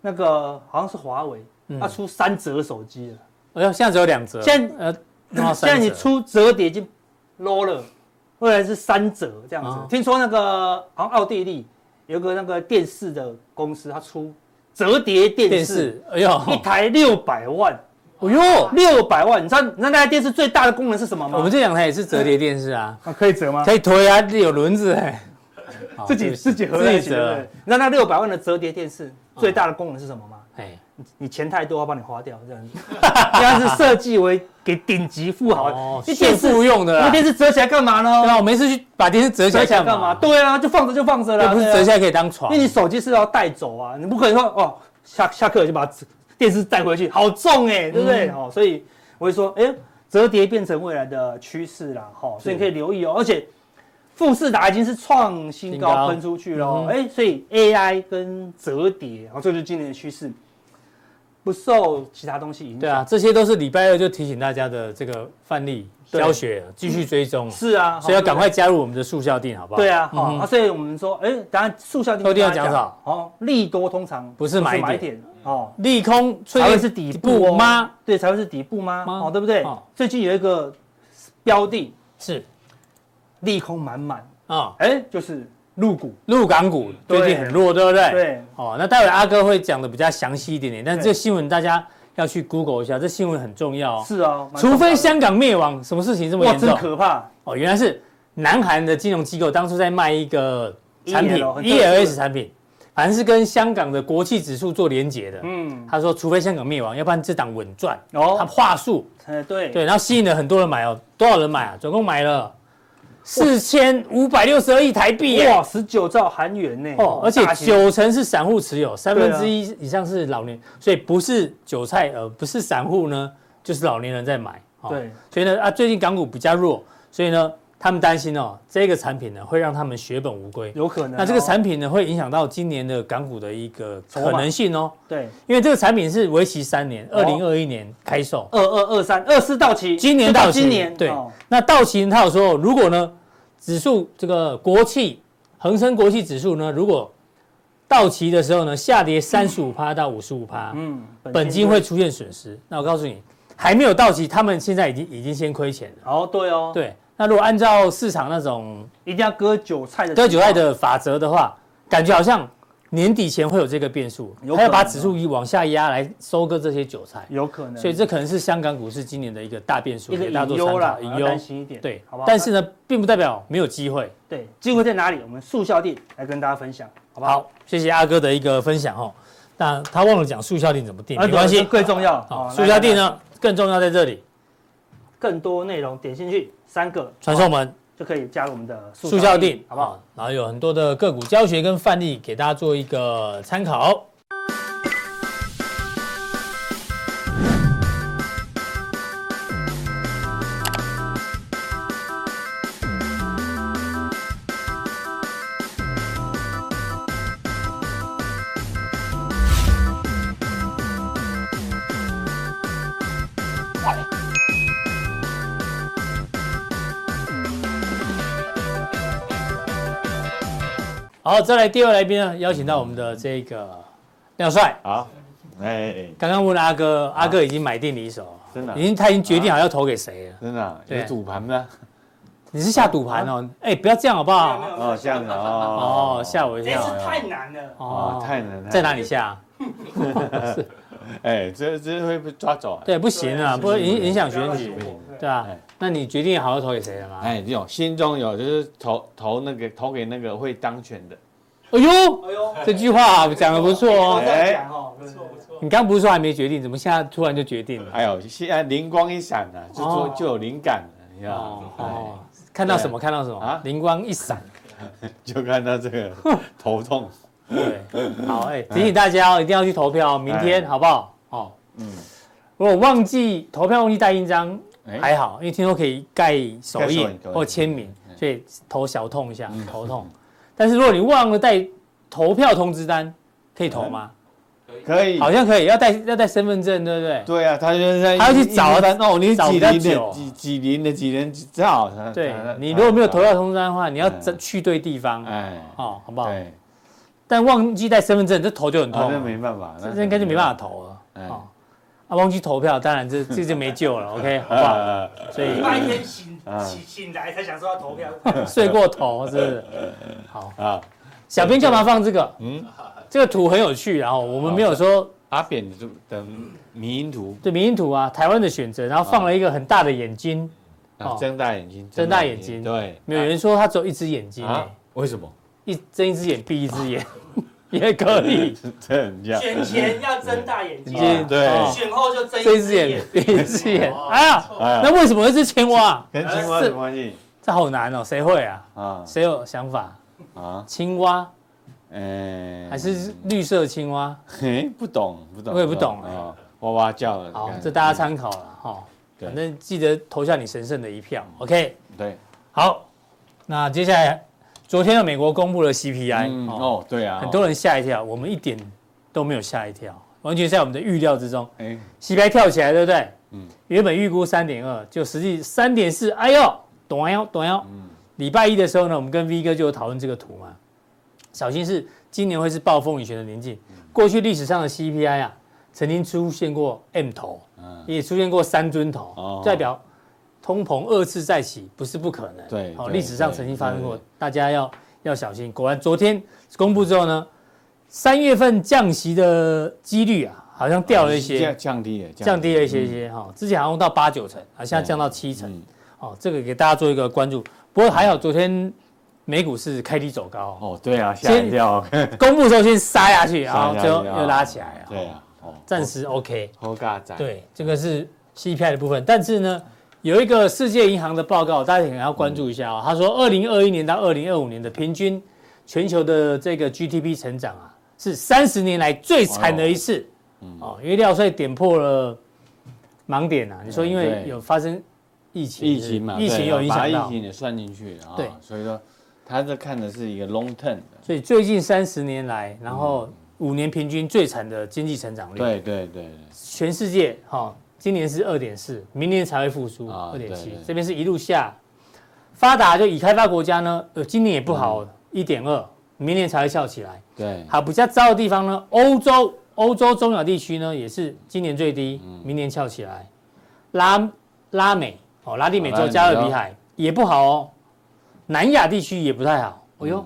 那个好像是华为，
嗯
它出三折手机了，
哎呦，现在只有两折，
现在
呃，弄到
现
三
在你
折
出折叠已经 low 了，未来是三折这样子。
哦
听说那个好像奥地利有个那个电视的公司，它出折叠
电
电视，
视，哎呦，
一台六百万，
哎呦，
六百万，你知道你知道那台电视最大的功能是什么吗？
我们这两台也是折叠电视啊，
啊可以折吗？
可以推啊，有轮子哎，好
自己
哦对不起
自己合在一
自
起，
己
对不
折
对，？你知道那六百万的折叠电视最大的功能是什么吗？
哎，
你钱太多，要帮你花掉，这 样子。这样是设计为给顶级富豪
哦，
这电视
炫富用的啦啊
那电视折起来干嘛
对
呢？
啊，我没事去把电视折下
折
来
起来
干
干
嘛？
嘛？对啊，就放着就放着
又
啦，
不是
对啊
折下来可以当床，
因为你手机是要带走啊，你不可能说哦下下课就把电视带回去，好重哎、对不对？
嗯
哦，所以我会说，哎、折叠变成未来的趋势啦，哈、所以你可以留意哦。而且富士达已经是创新
新高
高喷出去
嗯，
喽
哼
哎、所以 AI 跟折叠，哦，这就是今年的趋势，不受其他东西影
对
响。
啊，这些都是礼拜二就提醒大家的这个范例
对
教学，继续追踪，
是啊，
所以要
哦
赶。快加入我们的速效定，好不好？
对啊，
嗯
好、
哼
啊，所以我们说，哎，当然速效定
都一定要
跟大家
讲好，
哦，利多通常
不是买点
点哦，
利空最
才
近
会是底部哦
吗？？
对，才会是底部吗？
吗
哦，对不对
哦？
最近有一个标的
是
利空满满，
啊，
哎，就是入股，
陆港股
对
最近很弱，对不对？。
对，
哦，那待会阿哥会讲的比较详细一点点，但
对
这新闻大家要去 Google 一下，这新闻很重要哦。
是啊，蛮
除非
重
香港灭亡，什么事情这么
要的
严
哇，真
重？
可怕，
哦，原来是南韩的金融机构当初在卖一个产品
EL E 很特殊的
ELS 产品，反正是跟香港的国际指数做连结的。
嗯，
他说，除非香港灭亡，要不然这档稳赚。他
哦，
话术
哎，对，
对，然后吸引了很多人买哦，多少人买啊？总共买了四千五百六十二亿台币耶！
哇，十九兆韩元呢，
哦，而且
大型
九成是散户持有，三
对
分
啊
之一以上是老年，所以不是韭菜，呃，不是散户呢，就是老年人在买。哦
对，
所以呢，啊，最近港股比较弱，所以呢，他们担心哦，这个产品呢会让他们血本无归。
有可能哦，
那这个产品呢会影响到今年的港股的一个
筹码
可能性哦，
对
因为这个产品是为期三年，
哦
二零二一年开售，
二二二三二四到期，
今年
就
到期。
今年
对
哦，
那到期他有说，如果呢指数这个国企恒生国企指数呢，如果到期的时候呢下跌三十五趴到五十五趴，
嗯，
本金会出现损失。那我告诉你，还没有到期，他们现在已经已经先亏钱了。
哦，对哦，，
对，那如果按照市场那种
一定要割韭菜的，
割韭菜，的法则的话，感觉好像年底前会有这个变数
有，可能
他要把指数一往下压来收割这些韭菜，
有可能，
所以这可能是香港股市今年的一个大变数，
一个
给大家
隐
做参
忧啦
考，
要担心一点，
对
好不好？，
但是呢，并不代表没有机会。
对，机会在哪里？我们速效地来跟大家分享，好不好？
好，谢谢阿哥的一个分享哦。但他忘了讲速效定怎么
哎
定，没关系。
啊最重要。
好，
来
速效定？
来来
呢更重要在这里，
更多内容点进去，三个
传送门
就可以加入我们的
速效定，
好不好？？
然后有很多的个股教学跟范例给大家做一个参考。好，再来第二位来宾呢，邀请到我们的这个廖帅。
好，哎，
刚刚问阿哥，阿哥已经买定离手，
真的啊
已经他已经决定好要投给谁了。
真的啊
对
有赌盘的
你是下赌盘
啊
哦？哎，不要这样好不好？
哦，这样子哦
哦，，吓我一
哎这
跳。
次太难了，
哦，太难了，
在哪里下？
哎，这这会被抓走啊，
对，不行啊，不会影影响选举
不，行
对吧
哎？
那你决定好要投给谁了吗？
哎，有心中有就是投投那个投给那个会当选的，
哎呦，
哎呦，
这句话啊讲的不错
我
哦。
再讲哦，不错不错。
你刚不是说还没决定，怎么现在突然就决定了？
还有哎现在灵光一闪啊，就说
哦
就有灵感了，你知道
哦
吗？哎
哦，看到什么看到什么
啊，
灵光一闪。
就看到这个 头痛，
对，好，哎，提醒大家哦，一定要去投票哦，明天
哎
好不好？哦，
嗯，
如果忘记投票忘记带印章，
哎
还好，因为听说可以盖手
盖手
印
印对
或签名，所以头小痛一下，
嗯
头痛。但是如果你忘了带投票通知单，可以投吗？
可以，
好像可以，要带要带身份证，对不对？
对啊，他就是在
他要去找
他哦，你是
找
几
比较
零
久
的几几零的几零几照，他
对
他
你
他
如果没有
他
投票通知单的话，你要
嗯
真去对地方，
哎，
哦，好不好？
对，
但忘记带身份证，这头就很
啊
痛
那
了，
没办法，
这应该就没办法
法，
投了。
哎
哦，啊，忘记投票，当然这这就没救 了，OK，好不好？
呃，
所以
礼拜天醒
啊
醒醒来才想说要投票，
睡过头是不是？ 好，
啊，
小编干嘛放这个？
嗯，
这个图很有趣，然后我们没有说
阿扁就的迷因图
对民音图啊，台湾的选择，然后放了一个很大的眼睛，
啊
哦，
睁大眼睛，
睁大眼睛
对，
没有有人说他只有一只眼睛，欸
啊，为 什么？
一睁一只眼闭一只眼 也可以，
这很像，
选前要睁大眼睛，
睛对
哦
选后就睁
睁
一
一
只
只
眼
眼。闭一只眼
哦
啊。
哎
那为什么是青蛙？
跟青蛙
是
什么关系
这好难哦，谁会啊？
啊？
谁有想法？
啊，
青蛙
哎，
还是绿色青蛙？
嘿，不懂，不懂，
我也不懂
啊，哇哇叫了，
好
感，觉
这大家参考了哈。
对
反正记得投下你神圣的一票。OK，
嗯对，
好，那接下来昨天的美国公布了 CPI，
嗯，
哦，
哦，对啊，
很多人吓一跳，我们一点都没有吓一跳，完全在我们的预料之中。
哎，
CPI 跳起来，对不对？
嗯
原本预估三点二，就实际三点四，哎呦，短腰短腰。
嗯
礼拜一的时候呢，我们跟 V 哥就有讨论这个图嘛，小心是今年会是暴风雨前的年纪。
嗯
过去历史上的 CPI 啊，曾经出现过 M 头，
嗯，
也出现过三尊头，
哦
代表通膨二次再起不是不可能。
对
好、
对
历史上曾经发生过
对对，
大家要要小心。果然，昨天公布之后呢，三月份降息的几率啊，好像掉了一些，
哦降降低了，
降低了嗯一些些哈、之前好像到八九成，啊，现在降到七成，
嗯
哦，这个给大家做一个关注。不过还好，昨天美股是开低走高，
哦，对啊，吓一跳，
公布之后先杀下 去， 然后
吓一
最
跳
后又拉起来，
对
哦
啊，哦，
暂时 OK。
好嘎仔，
对，这个是 CPI 的部分，但是呢，有一个世界银行的报告，大家可能要关注一下哦。他说，二零二一年到二零二五年的平均全球的这个 GDP 成长啊，是三十年来最惨的一
哎
次。
嗯
哦，因为廖帅点破了盲点啊，你说因为
哎对
有发生疫情，
疫情嘛，
疫
对
情有影
把
响
疫
到，
情也算进去啊。
对
所以说他这看的是一个 long term 的。
所以最近三十年来，然
嗯
后五年平均最惨的经济成长率。
对对对对，
全世界哈、今年是二点四，明年才会复苏
啊
二点
对
七
对，
这边是一路下。发达就已开发国家呢，呃，今年也不
嗯
好，一点二，明年才会翘起来。
对
好，比较糟的地方呢，欧洲欧洲中亚地区呢也是今年最低，明年翘起来。拉拉美哦，拉丁美
哦拉
洲、
丁美洲
加勒比海也不好哦，南亚地区也不太好。哎呦，
嗯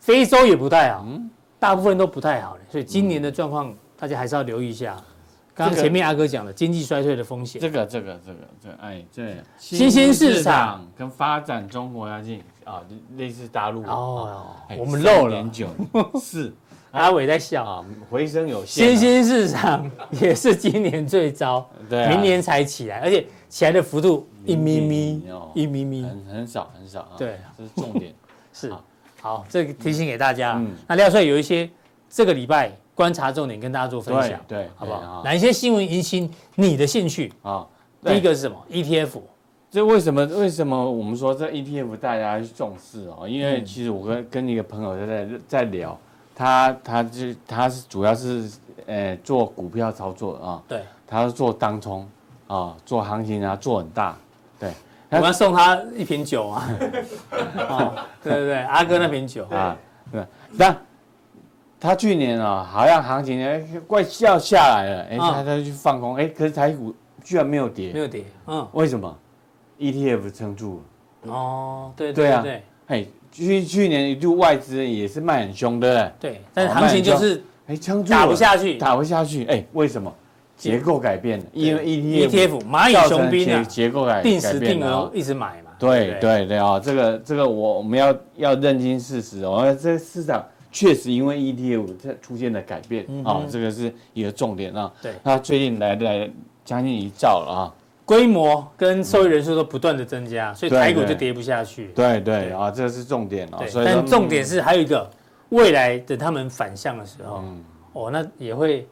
非洲也不太好，
嗯
大部分都不太好所以今年的状况大家还是要留意一下。刚刚
这个
前面阿哥讲的经济衰退的风险，
这个这个这个这个哎这
新兴市场
跟发展中国家境啊，类似大陆
哦
哎，
我们漏了
点九四
阿伟在笑。
啊，回声有限啊。
新兴市场也是今年最糟，
对啊
明年才起来，而且起来的幅度一咪咪
明年哦，
一咪咪，
很很少很少啊。
对，
这是重 点。
是
好。
好，这个提醒给大家。
嗯
那廖帅有一些这个礼拜观察重点跟大家做分
对
享，
对，哎
好不
对
好？？哪一些新闻引起你的兴趣？
啊啊，
第
对
一个是什么？ETF。？E
这为什么为什么我们说这 ETF 大家去重视哦？因为
嗯
其实我跟跟一个朋友在在在聊，他他就他是主要是呃做股票操作的啊，
对，
他是做当冲啊，做行情啊，做很大，对
我要送他一瓶酒啊。 哦，对对对，阿哥那瓶酒。
啊，对，但他去年啊、好像行情哎快要下来了，哎，
啊
他他就去放空，哎，可是台股居然没有跌，
没有跌，嗯，
为什么？ETF 撑住了。
哦，对
对
对
啊
对
嘿，去去年一度外资也是卖很凶的，
对，但
哦
是行情就是
哎，撑住了
打不下去
打不下去，哎，为什么？结构改变了，因为 ETF
，ETF E 蚂蚁
，E 造
雄
成
兵
结
啊，
结构改
定
改
时
变
定
了
额
哦
一直买嘛。
对
不
对对啊，这个这个我我们要要认清事实哦，这个市场确实因为 E ETF 它出现了改变
嗯
啊
哼，
这个是一个重点啊。
对
那最近来来将近一兆了啊，
规模跟受益人数都不断的增加，所以
对
台股就
对
跌不下去。
嗯对对啊，这个是重点啊，
对，
所以说
但重点是还有一个，未来等他们反向的时候，
嗯，
哦，那也会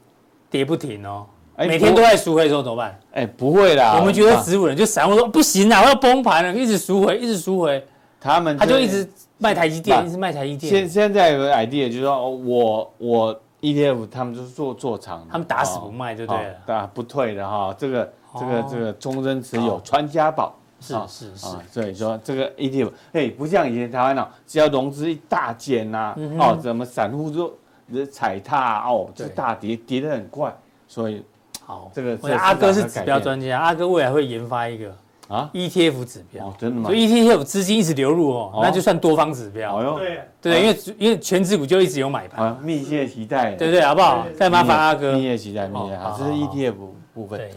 跌不停哦，
哎
每天
不
都在赎回的时候怎么办？
哎不会啦，
我们觉得
啊
十五人就散户说不行啊，我要崩盘了，一直赎回，一直赎回，
他们
他就一直卖台积电，
是
一直卖台积电
现，现在有个 idea 就是说，哦我我 ETF 他们就是做做长的，
他们打死不卖就对了
哦打不退的哈。这个这个
哦
这个终身持有
好
传家宝
是
啊
是是
啊，所以说这个 ETF 哎，不像以前台湾哦，只要融资一大减呐，哦，怎么散户就踩踏哦，就
嗯对
大跌跌得很快，所以
好，
这个
我
这
想
个
阿哥是
市场的
指
改
标
变
专家，阿哥未来会研发一个
啊，
ETF 指标，
哦，真的吗哎
所？以 ETF 资金一直流入哦，
哦
那就算多方指
好
标，
哟，
对，
对，因为因为全指股就一直有买盘，
啊，密切期待，
对不对？好不好
对？对
再麻烦阿哥
密。切期待，密切期待，
哦好
好这是
好好
ETF 部分，
对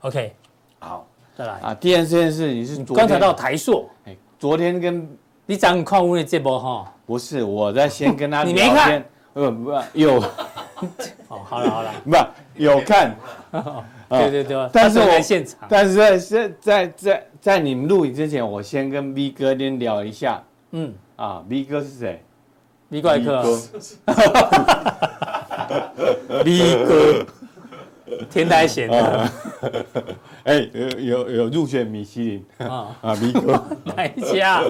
，OK，
好。
再来。
啊，第二件事你是昨
观察
天
到台塑，
哎，昨天跟
你长你看我的这哦波哈，
不是我在先跟 他
你
聊
没
天，
看
呃不有
哦，好了好 了，
不有 看，
哦对对对，
啊但是
他
我
正在现场，
但是在在在在在你们录影之前，我先跟 V 哥先聊一下
嗯，
啊，V 哥是谁？
李怪客，
，V 哥，哦
田代贤啊的，
哎，有有有入选米其林
啊，
啊，V 哥。
哪一家？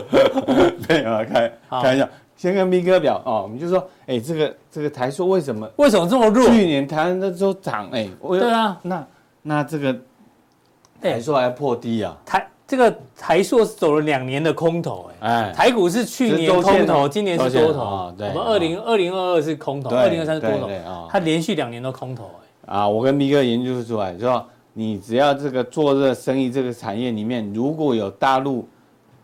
没有啊，开
好
开玩笑，先跟斌哥聊哦，我们就说，哎、这个这个台塑为什么
为什么这么弱？
去年台湾的都涨？哎、我
对啊
那那这个
哎
台塑还破低啊，
台这个台塑是走了两年的空头，哎，
哎、
台股是去
是
年
周线
空头，
啊
今年是
周线
多头
啊。对
我们
啊
二零二零二二是空头，
对
二零二三是多
对
头
对啊，
它连续两年都空头，哎，
啊，我跟斌哥研究出来说，你只要这个做这个生意这个产业里面，如果有大陆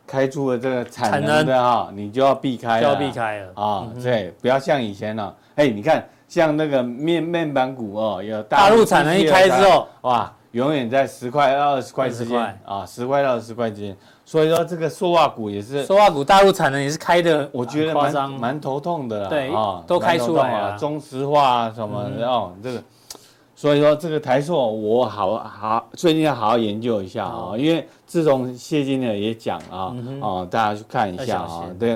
开出的这个产
产
能的哈、你就要避开
哎就要
了啊，
避开了嗯
啊，对，不要像以前了、哎，你看像那个面面板股哦，有
大陆产能一开之后，
哇，永远在十块到二十块之间
20
啊，十块到二十块之间。所以说这个塑化股也是，
说话股大陆产能也是开的，
我觉得
夸
蛮
张，
蛮头痛的啦。
对
啊，
都开出来啊嗯
蛮头痛啊中石化啊什么的哦，这个。所以说这个台塑，我好好最近要好好研究一下啊、
好
因为自从谢金的也讲啊、
嗯哼
哦，大家去看一下
要小
啊、
心
对，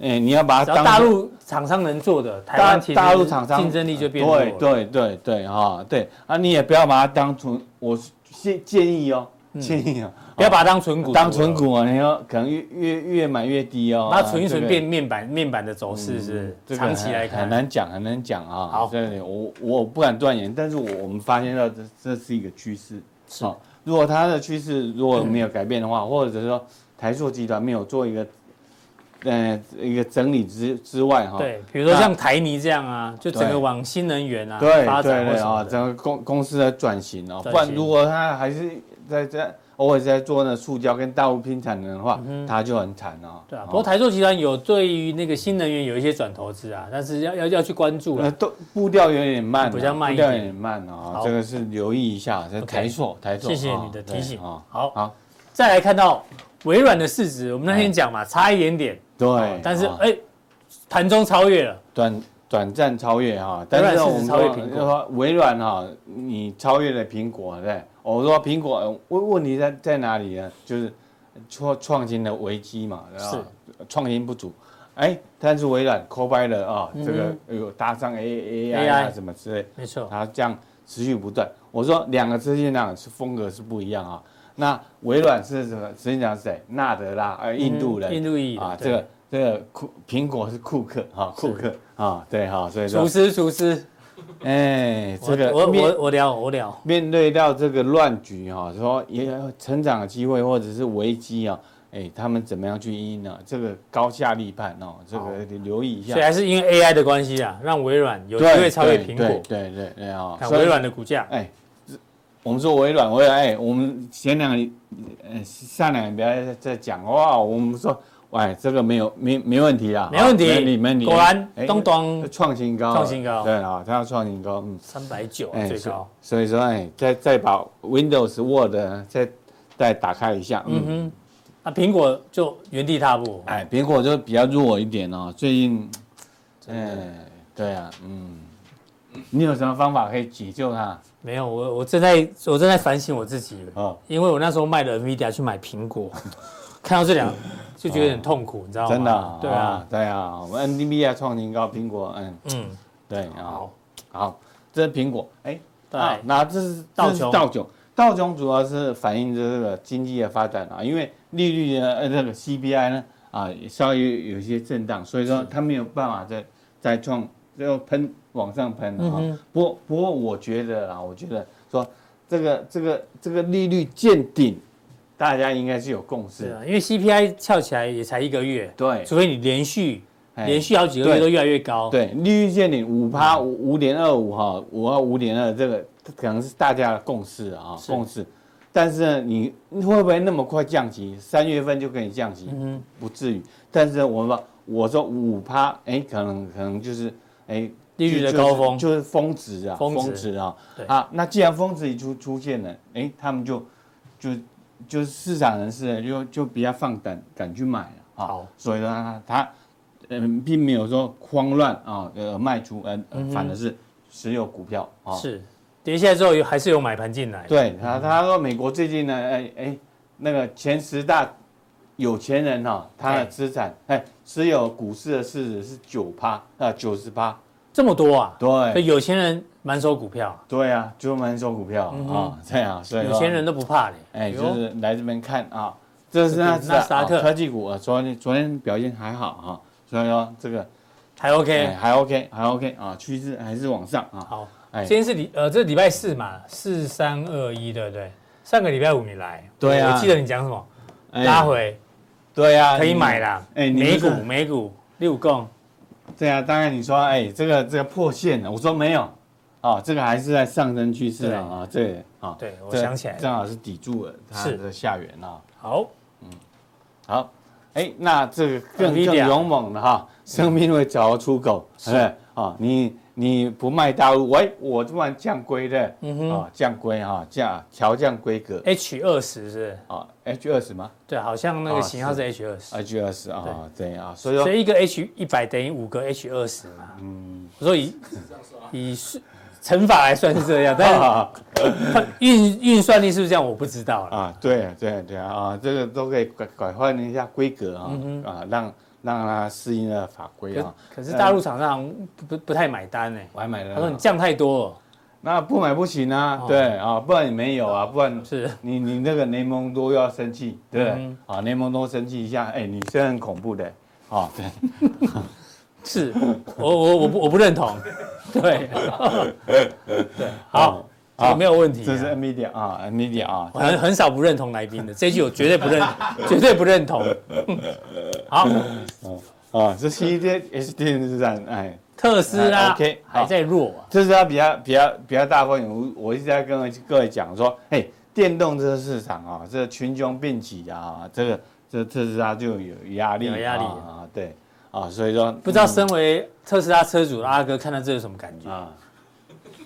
哎，你要把
只
它
要
当
大陆厂商能做的，台
大
湾其实
大陆厂商
竞争力就变弱了。
对对对对哈、对啊，你也不要把它当成我建建议哦，建议哦，
嗯不要把它当纯股，
当存，股啊，你要可能越越越买越低哦，
把它存一存
啊
变面板，面板的走势是
嗯这个
长期来
很
看。
难讲，很难讲啊。
好
这里我我不敢断言，但是我我们发现到这这是一个趋势。
是嗯
好如果它的趋势如果没有改变的话，或者说台塑集团没有做一个呃一个整理之之外哈，
对，比如说
那
像台泥这样啊，就整个
对
往新能源啊
对
发展
对
或
对
什么
啊，
的
整个公公司的转型哦，
转
不然
型
如果他还是在在偶尔在做那塑胶跟大陆拼产能的话，他就很惨哦。
嗯对啊，
哦
不过台塑集团有对于那个新能源有一些转投资啊，但是要要要去关注
呃
了。
都步调有点慢啊，
比较慢一
步调
点
有点慢啊
好，
这个是留意一下，这
OK
台塑台塑。
谢谢
哦
你的
对
提醒
哦
好
好，
再来看到微软的市值，我们那天讲嘛，差一点点，
对，
但是哎
哦
哎，盘中超越了。
短短暂超越哈，但是呢
微软
我
是指
们
超越
说
苹果
就说微软哈，你超越了苹果，对不对？我说苹果呃问问题在在哪里呢？就是创创新的危机嘛，然后创新不足。哎，但是微软 Copilot 啊，
嗯
这个有搭上 A A I 啊
AI
什么之类，
没错，
它这样持续不断。我说两个执行长是风格是不一样啊。那微软是什么？执行长是谁？纳德拉，呃，印度人，
嗯印度裔的
啊，
对
这个这个库苹果是库克哈，库克啊，对哈，所以说
厨，师厨师，
哎，这
我
个
我
面
我我聊我聊，
面对到这个乱局哈，说也有成长的机会或者是危机啊，哎，他们怎么样去应呢？这个高下立判哦，这个留意一下
所以。还是因为 AI 的关系啊，让微软有机
对
会超越
对
苹
对
果，
对对对啊，
看
所以
微软的股价，
哎，我们说微软，微软，哎，我们前两个，呃，上两个不要再再讲哇，我们说，哎，这个没有没没问题啦，啊
没问题
好没问题，没问题，
果然
哎
咚咚
创新高，
创新高
对啊，它要创新高，嗯，
三百九啊
哎，
最
所
高，
所以说，哎，再再把 Windows Word 呢再再打开一下，嗯
嗯哼，那苹果就原地踏步，
哎，苹果就比较弱一点哦，最近，哎，对啊，嗯，你有什么方法可以解救它？
没有，我我正在我正在反省我自己，
哦，
因为我那时候卖了 NVIDIA 去买苹果， 看到这两个就觉得很痛苦，你知道吗？
真的啊，
对啊，，
对啊，我们 NDB 啊创新高，苹果，嗯，
嗯，
对啊
好，，
好，这是苹果，哎，
对
啊那这是
道
这是
琼
道琼，道琼主要是反映着这个经济的发展啊，因为利率呢，呃，这个 CPI 呢，啊，稍微有一些震荡，所以说它没有办法再再创，就喷往上喷
嗯
了啊。不过不过我觉得啊，我觉得说这个这个这个利率见顶，大家应该是有共
是
识，
啊，因为 CPI 翘起来也才一个月，
对
除非你连续
哎
连续好几个月
对
都越来越高，
对，利率见顶五趴五五点二五哈，五二五点二这个可能是大家的共识啊，
是
共识。但是呢，你会不会那么快降息？三月份就可以降息，
嗯
不至于。但是呢我们把我说五趴，哎，可能可能就是哎
利率的
就
高峰
就是就是峰值啊，
峰值
峰值啊
对，
啊，那既然峰值已出出现了，哎，他们就就就是市场人士呢就就比较放胆敢去买了啊
好，
所以呢，他嗯，并没有说慌乱啊，呃，卖出，呃，反而是持有股票啊。，
嗯是跌下来之后有还是有买盘进来，
对他，他说美国最近呢，哎哎，那个前十大有钱人哈、他
哎
的资产哎持有股市的市值是九趴啊，九十趴。
这么多啊，所以
对，
有钱人满手股票，
对啊，就蛮收股票啊，这样，所以说
嗯有钱人都不怕嘞，
哎，就
呦
是来这边看啊，这是纳
这是纳斯达克
克科技股啊，昨天昨天表现还好哈、所以说这个
还 OK，
哎还 OK 还 OK 啊，趋势还是往上啊。
好，
哎
今天是礼呃，这是礼拜四嘛，四三二一，对不对？上个礼拜五你来，
对啊
我记得你讲什么，
哎
拉回
对呀、
可以
你
买啦，
哎你
美
不
股
是
美股六共，
对呀、当然你说，哎，这个这个破线了，我说没有，哦，这个还是在上升趋势啊，啊，这个啊，
对我
这个
想起来了
正好是抵住了它
是
的下缘啊。
好，
好，哎，那这个更
NVIDIA
更勇猛了哈，生命会找到出口，嗯是啊、你你不卖大陆，喂，我突然降规的，嗯哼，哎啊，降规哈，降调降规格，
H 二十是不是，
啊，H 二十吗
对，好像那个
啊
型号是
是
H 二十，
？H 二十啊，对啊，所以说
所以一个 H 一百等于五个 H 二十嘛。
嗯
我说以以是乘法来算是这样， 但
啊。
是运运算力是不是这样，我不知道了。
啊，对啊对啊对啊啊，这个都可以改改换一下规格啊、啊，让让它适应了法规啊
可。可是大陆厂商好像不不不太买单哎，
我还买了，
他说你降太多了，
那不买不行啊，对啊，不然你没有啊，不然
哦是嗯
你你那个雷蒙多又要生气，对不对？啊，雷蒙多生气一下，哎，你是很恐怖的， 啊，对，
是，我我我不我不认同，对，对，好，这个没有问题啊、
这是 NVIDIA 啊，NVIDIA 啊
我，很很少不认同来宾的，这一句我绝对不认，绝对不认同。好，
啊，这是一天 H 电视站，哎，
特斯拉
哎，OK，好
还在弱啊，
这是它比较比较比较大风险。我我一直在跟各位讲说，哎，电动车市场啊，这群雄并起啊，这个这特斯拉就有压力，
有压力
啊，对啊，所以说
不知道身为特斯拉车主的阿哥看到这有什么感觉？
啊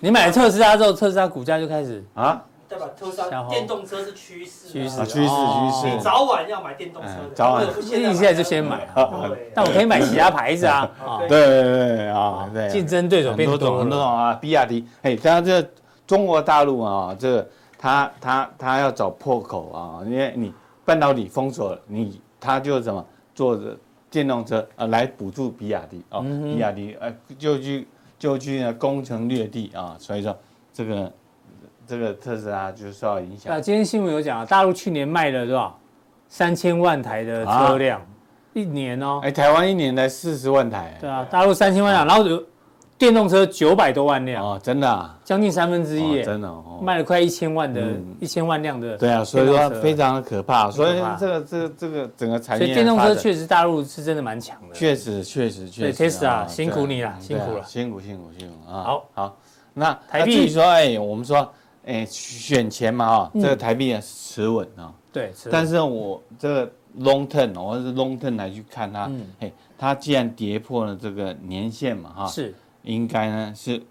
你买了特斯拉之后，特斯拉股价就开始
啊
代表特斯拉
消耗
电动车是趋势啊，
趋势
啊，趋势
哦
趋
你
势，
早晚要买电动车的
嗯，早晚
不得不
你现在就先买，啊
对
但我可以买其他牌子啊，啊
对对对对啊，对，
竞争对手
很
变
多种
多
很多
了。
种啊，比亚迪，哎，他这中国大陆啊，这个他他他要找破口啊，因为你半导体封锁了，你他就怎么坐着电动车啊来补助比亚迪啊，
嗯
比亚迪呃就去就去呢攻城略地啊，所以说这个这个特斯拉就受到影响
那。呃今天新闻有讲啊，大陆去年卖了多少？三千万台的车辆，一年哦。
啊哎，台湾一年才四十万台，
对啊，大陆三千万辆，然后有电动车九百多万辆，
哦，真的啊，
将近三分之一
哦
耶，
真的哦，
卖了快一千万的
嗯，
一千万辆的。
对啊，所以说它
电动车
非常的可怕，所以
很可怕
这个这个这个整个产
所
业
以
的
电动
发
车
展
确实大陆是真的蛮强的。
确实，确实，确实。
对 Tesla，
啊
辛苦你了
对
辛苦
对啊
了
辛苦，辛苦，辛苦啊！
好，
好，那
台
那
币
至于说，哎，我们说，哎，选钱嘛，啊，这个台币也持稳啊，
嗯对，是
但是我这个 long term，我是 long term 来去看它，
嗯
哎，它既然跌破了这个年限嘛，哈，
是
应该呢是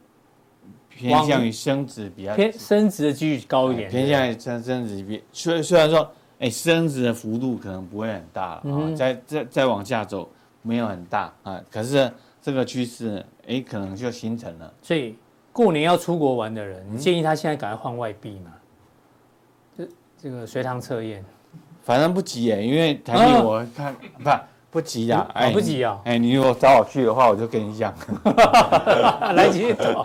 偏
往
向于升值比较
偏升值的几率高一点，
哎偏向于升升值比，虽虽然说，哎，升值的幅度可能不会很大了
嗯
啊，再再再往下走没有很大啊，可是这个趋势，哎，可能就形成了。
所以过年要出国玩的人，
嗯
你建议他现在赶快换外币嘛？这这个随堂测 验，
反正不急耶，因为台币
啊
我看不不急呀
嗯，
哎，
哦不急啊
哎，你如果找我去的话，我就跟 你讲，
来继续走。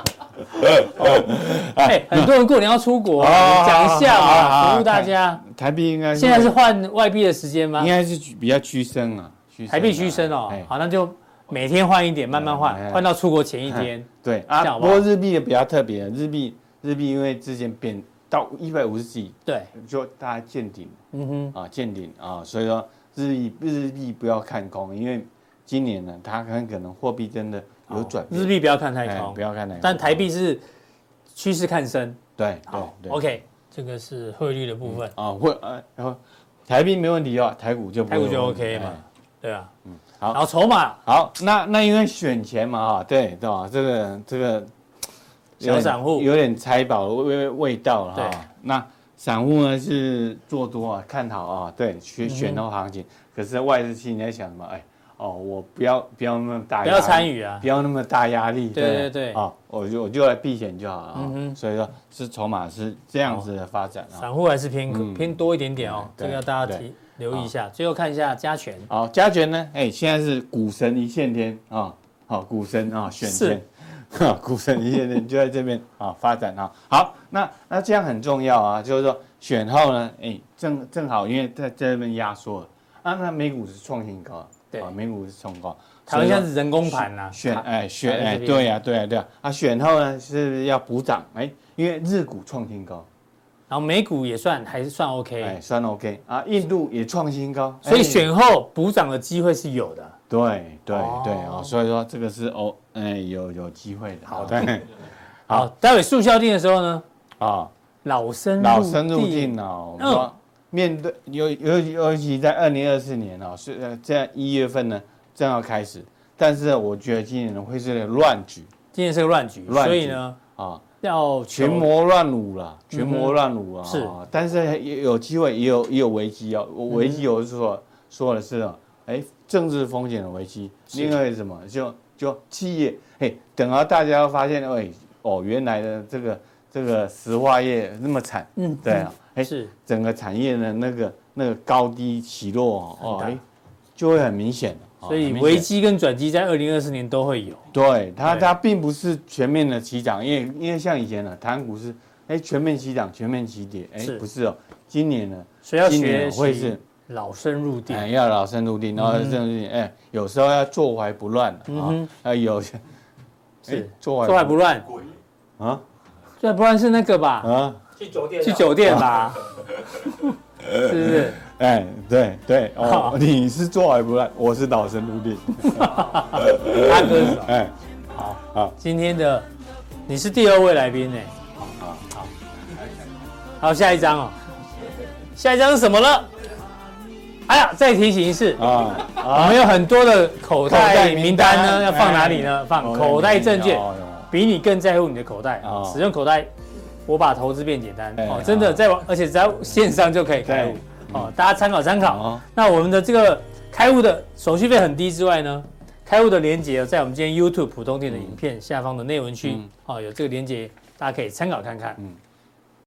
哎，很多人过年要出国，啊讲一下
嗯哦好好好
嘛，服务大家。
台币应该
现在是换外币的时间吗
应？该是比较趋升啊，趋升啊
台币虚升哦
哎，
好，那就每天换一点，慢慢
哎
换
哎，
换到出国前一天。
对
这
啊，
样好
不
不好
过日币也比较特别，日币日币因为之前贬到一百五十几，
对，
就大家见顶。
嗯哼，
啊见顶啊，所以说日币日币不要看空，因为今年呢，它很可能货币真的有转变，
日币不要看太
哎
高
不，要看太空，
但台币是趋势看升。
对对
好
哦对
，OK，这个是汇率的部分，
啊会呃然后台币没问题哦，台股就不会
台股就
有问题
OK
哎
嘛，对啊，嗯，
好
然后筹码
好，那那因为选钱嘛哈，对对吧？这个这个有
小
点
散户
有点猜宝的味味道了
对
哈。那散户呢是做多啊，看好啊，对，选
嗯
选到行情。可是外资心里在想什么？哎，哦，我不要不要那么大，
不要参，与啊
不，要那么大压力。
对对对
啊，我就我就来避险就好了
嗯
啊。
哼
所以说是筹码是这样子的发展啊。
散户还是偏
嗯
偏多一点点哦，这
对
个要大家提留意一下。最后看一下加权，
好，加权呢？哎，现在是股神一线天啊，好、股神啊，选
是
天，哈，股神一线天 就在这边啊发展啊。好，那那这样很重要啊，就是说选后呢，哎，正正好因为在在这边压缩了啊，那美股是创新高，
对
啊，美股是创高，
台湾
所以
现
说
在是人工盘呐，
选
啊
哎选
在
哎
这边
对呀、对呀、对呀、啊，选后呢是要补涨哎，因为日股创新高，
然后美股也算还是算
哎
OK，
算 OK 啊，印度也创新高，
所以
哎
选后补涨的机会是有的。
对对对
哦
哦，所以说这个是哦，哎，有有机会的。好的，
好，待会速效定的时候呢，
啊，
老生
老生入
定
境哦，我们说面对尤尤尤其在二零二四年哦，是呃在一月份呢正要开始，但是我觉得今年会是个乱局
今天是个乱局，
乱局
所以呢
啊，
要
群
求
魔乱舞啦，群魔乱舞啊。
嗯是
但是也有机会，也有也有危机哦。我危机我是说说的是哦，哎，政治风险的危机，另外是什么就就企业，哎，等到大家发现，哎，哦，原来的这个这个石化业那么惨，嗯，对啊，哎，
是
整个产业的那个那个高低起落哦，哦
很大
哎，就会很明显的。哦
所
很
以
明显
危机跟转机在二零二四年都会有。
对它，
对
它并不是全面的起涨，因为因为像以前呢，台湾股市哎全面起涨、全面起跌，哎
是
不是哦，今年呢，
所以要
今年
学
呢会
习
是
老生入定
哎，要老生入
嗯
定，然后深入定，哎有时候要坐怀不乱啊
哼，
啊有 哎
是
坐
坐怀不乱，
啊
坐怀不乱是那个吧？
啊
去酒店啊
去酒店 吧，是不是？
哎对对哦
好，
你是坐怀不乱，我是老生入定，
他哥是吧
哎
今天的你是第二位来宾呢。好好好，好，下一张哦。下一张是什么呢？哎呀，再提醒一次，
啊
我
啊
们有很多的口
口
袋
袋
名
名
单
单
呢，要放哪里
哎
呢？放
口袋
口袋证券
名单哦，
比你更在乎你的口袋
哦，
使用口袋我把投资变简单
哎
哦，真的
好
在网，而且在线上就可以开户
对嗯哦
哦，大家参考参考。
好，
那我们的这个开户的手续费很低之外呢，开户的连接在我们今天 YouTube 普通店的影片下方的内文区
嗯
哦，有这个连接，大家可以参考看看
嗯。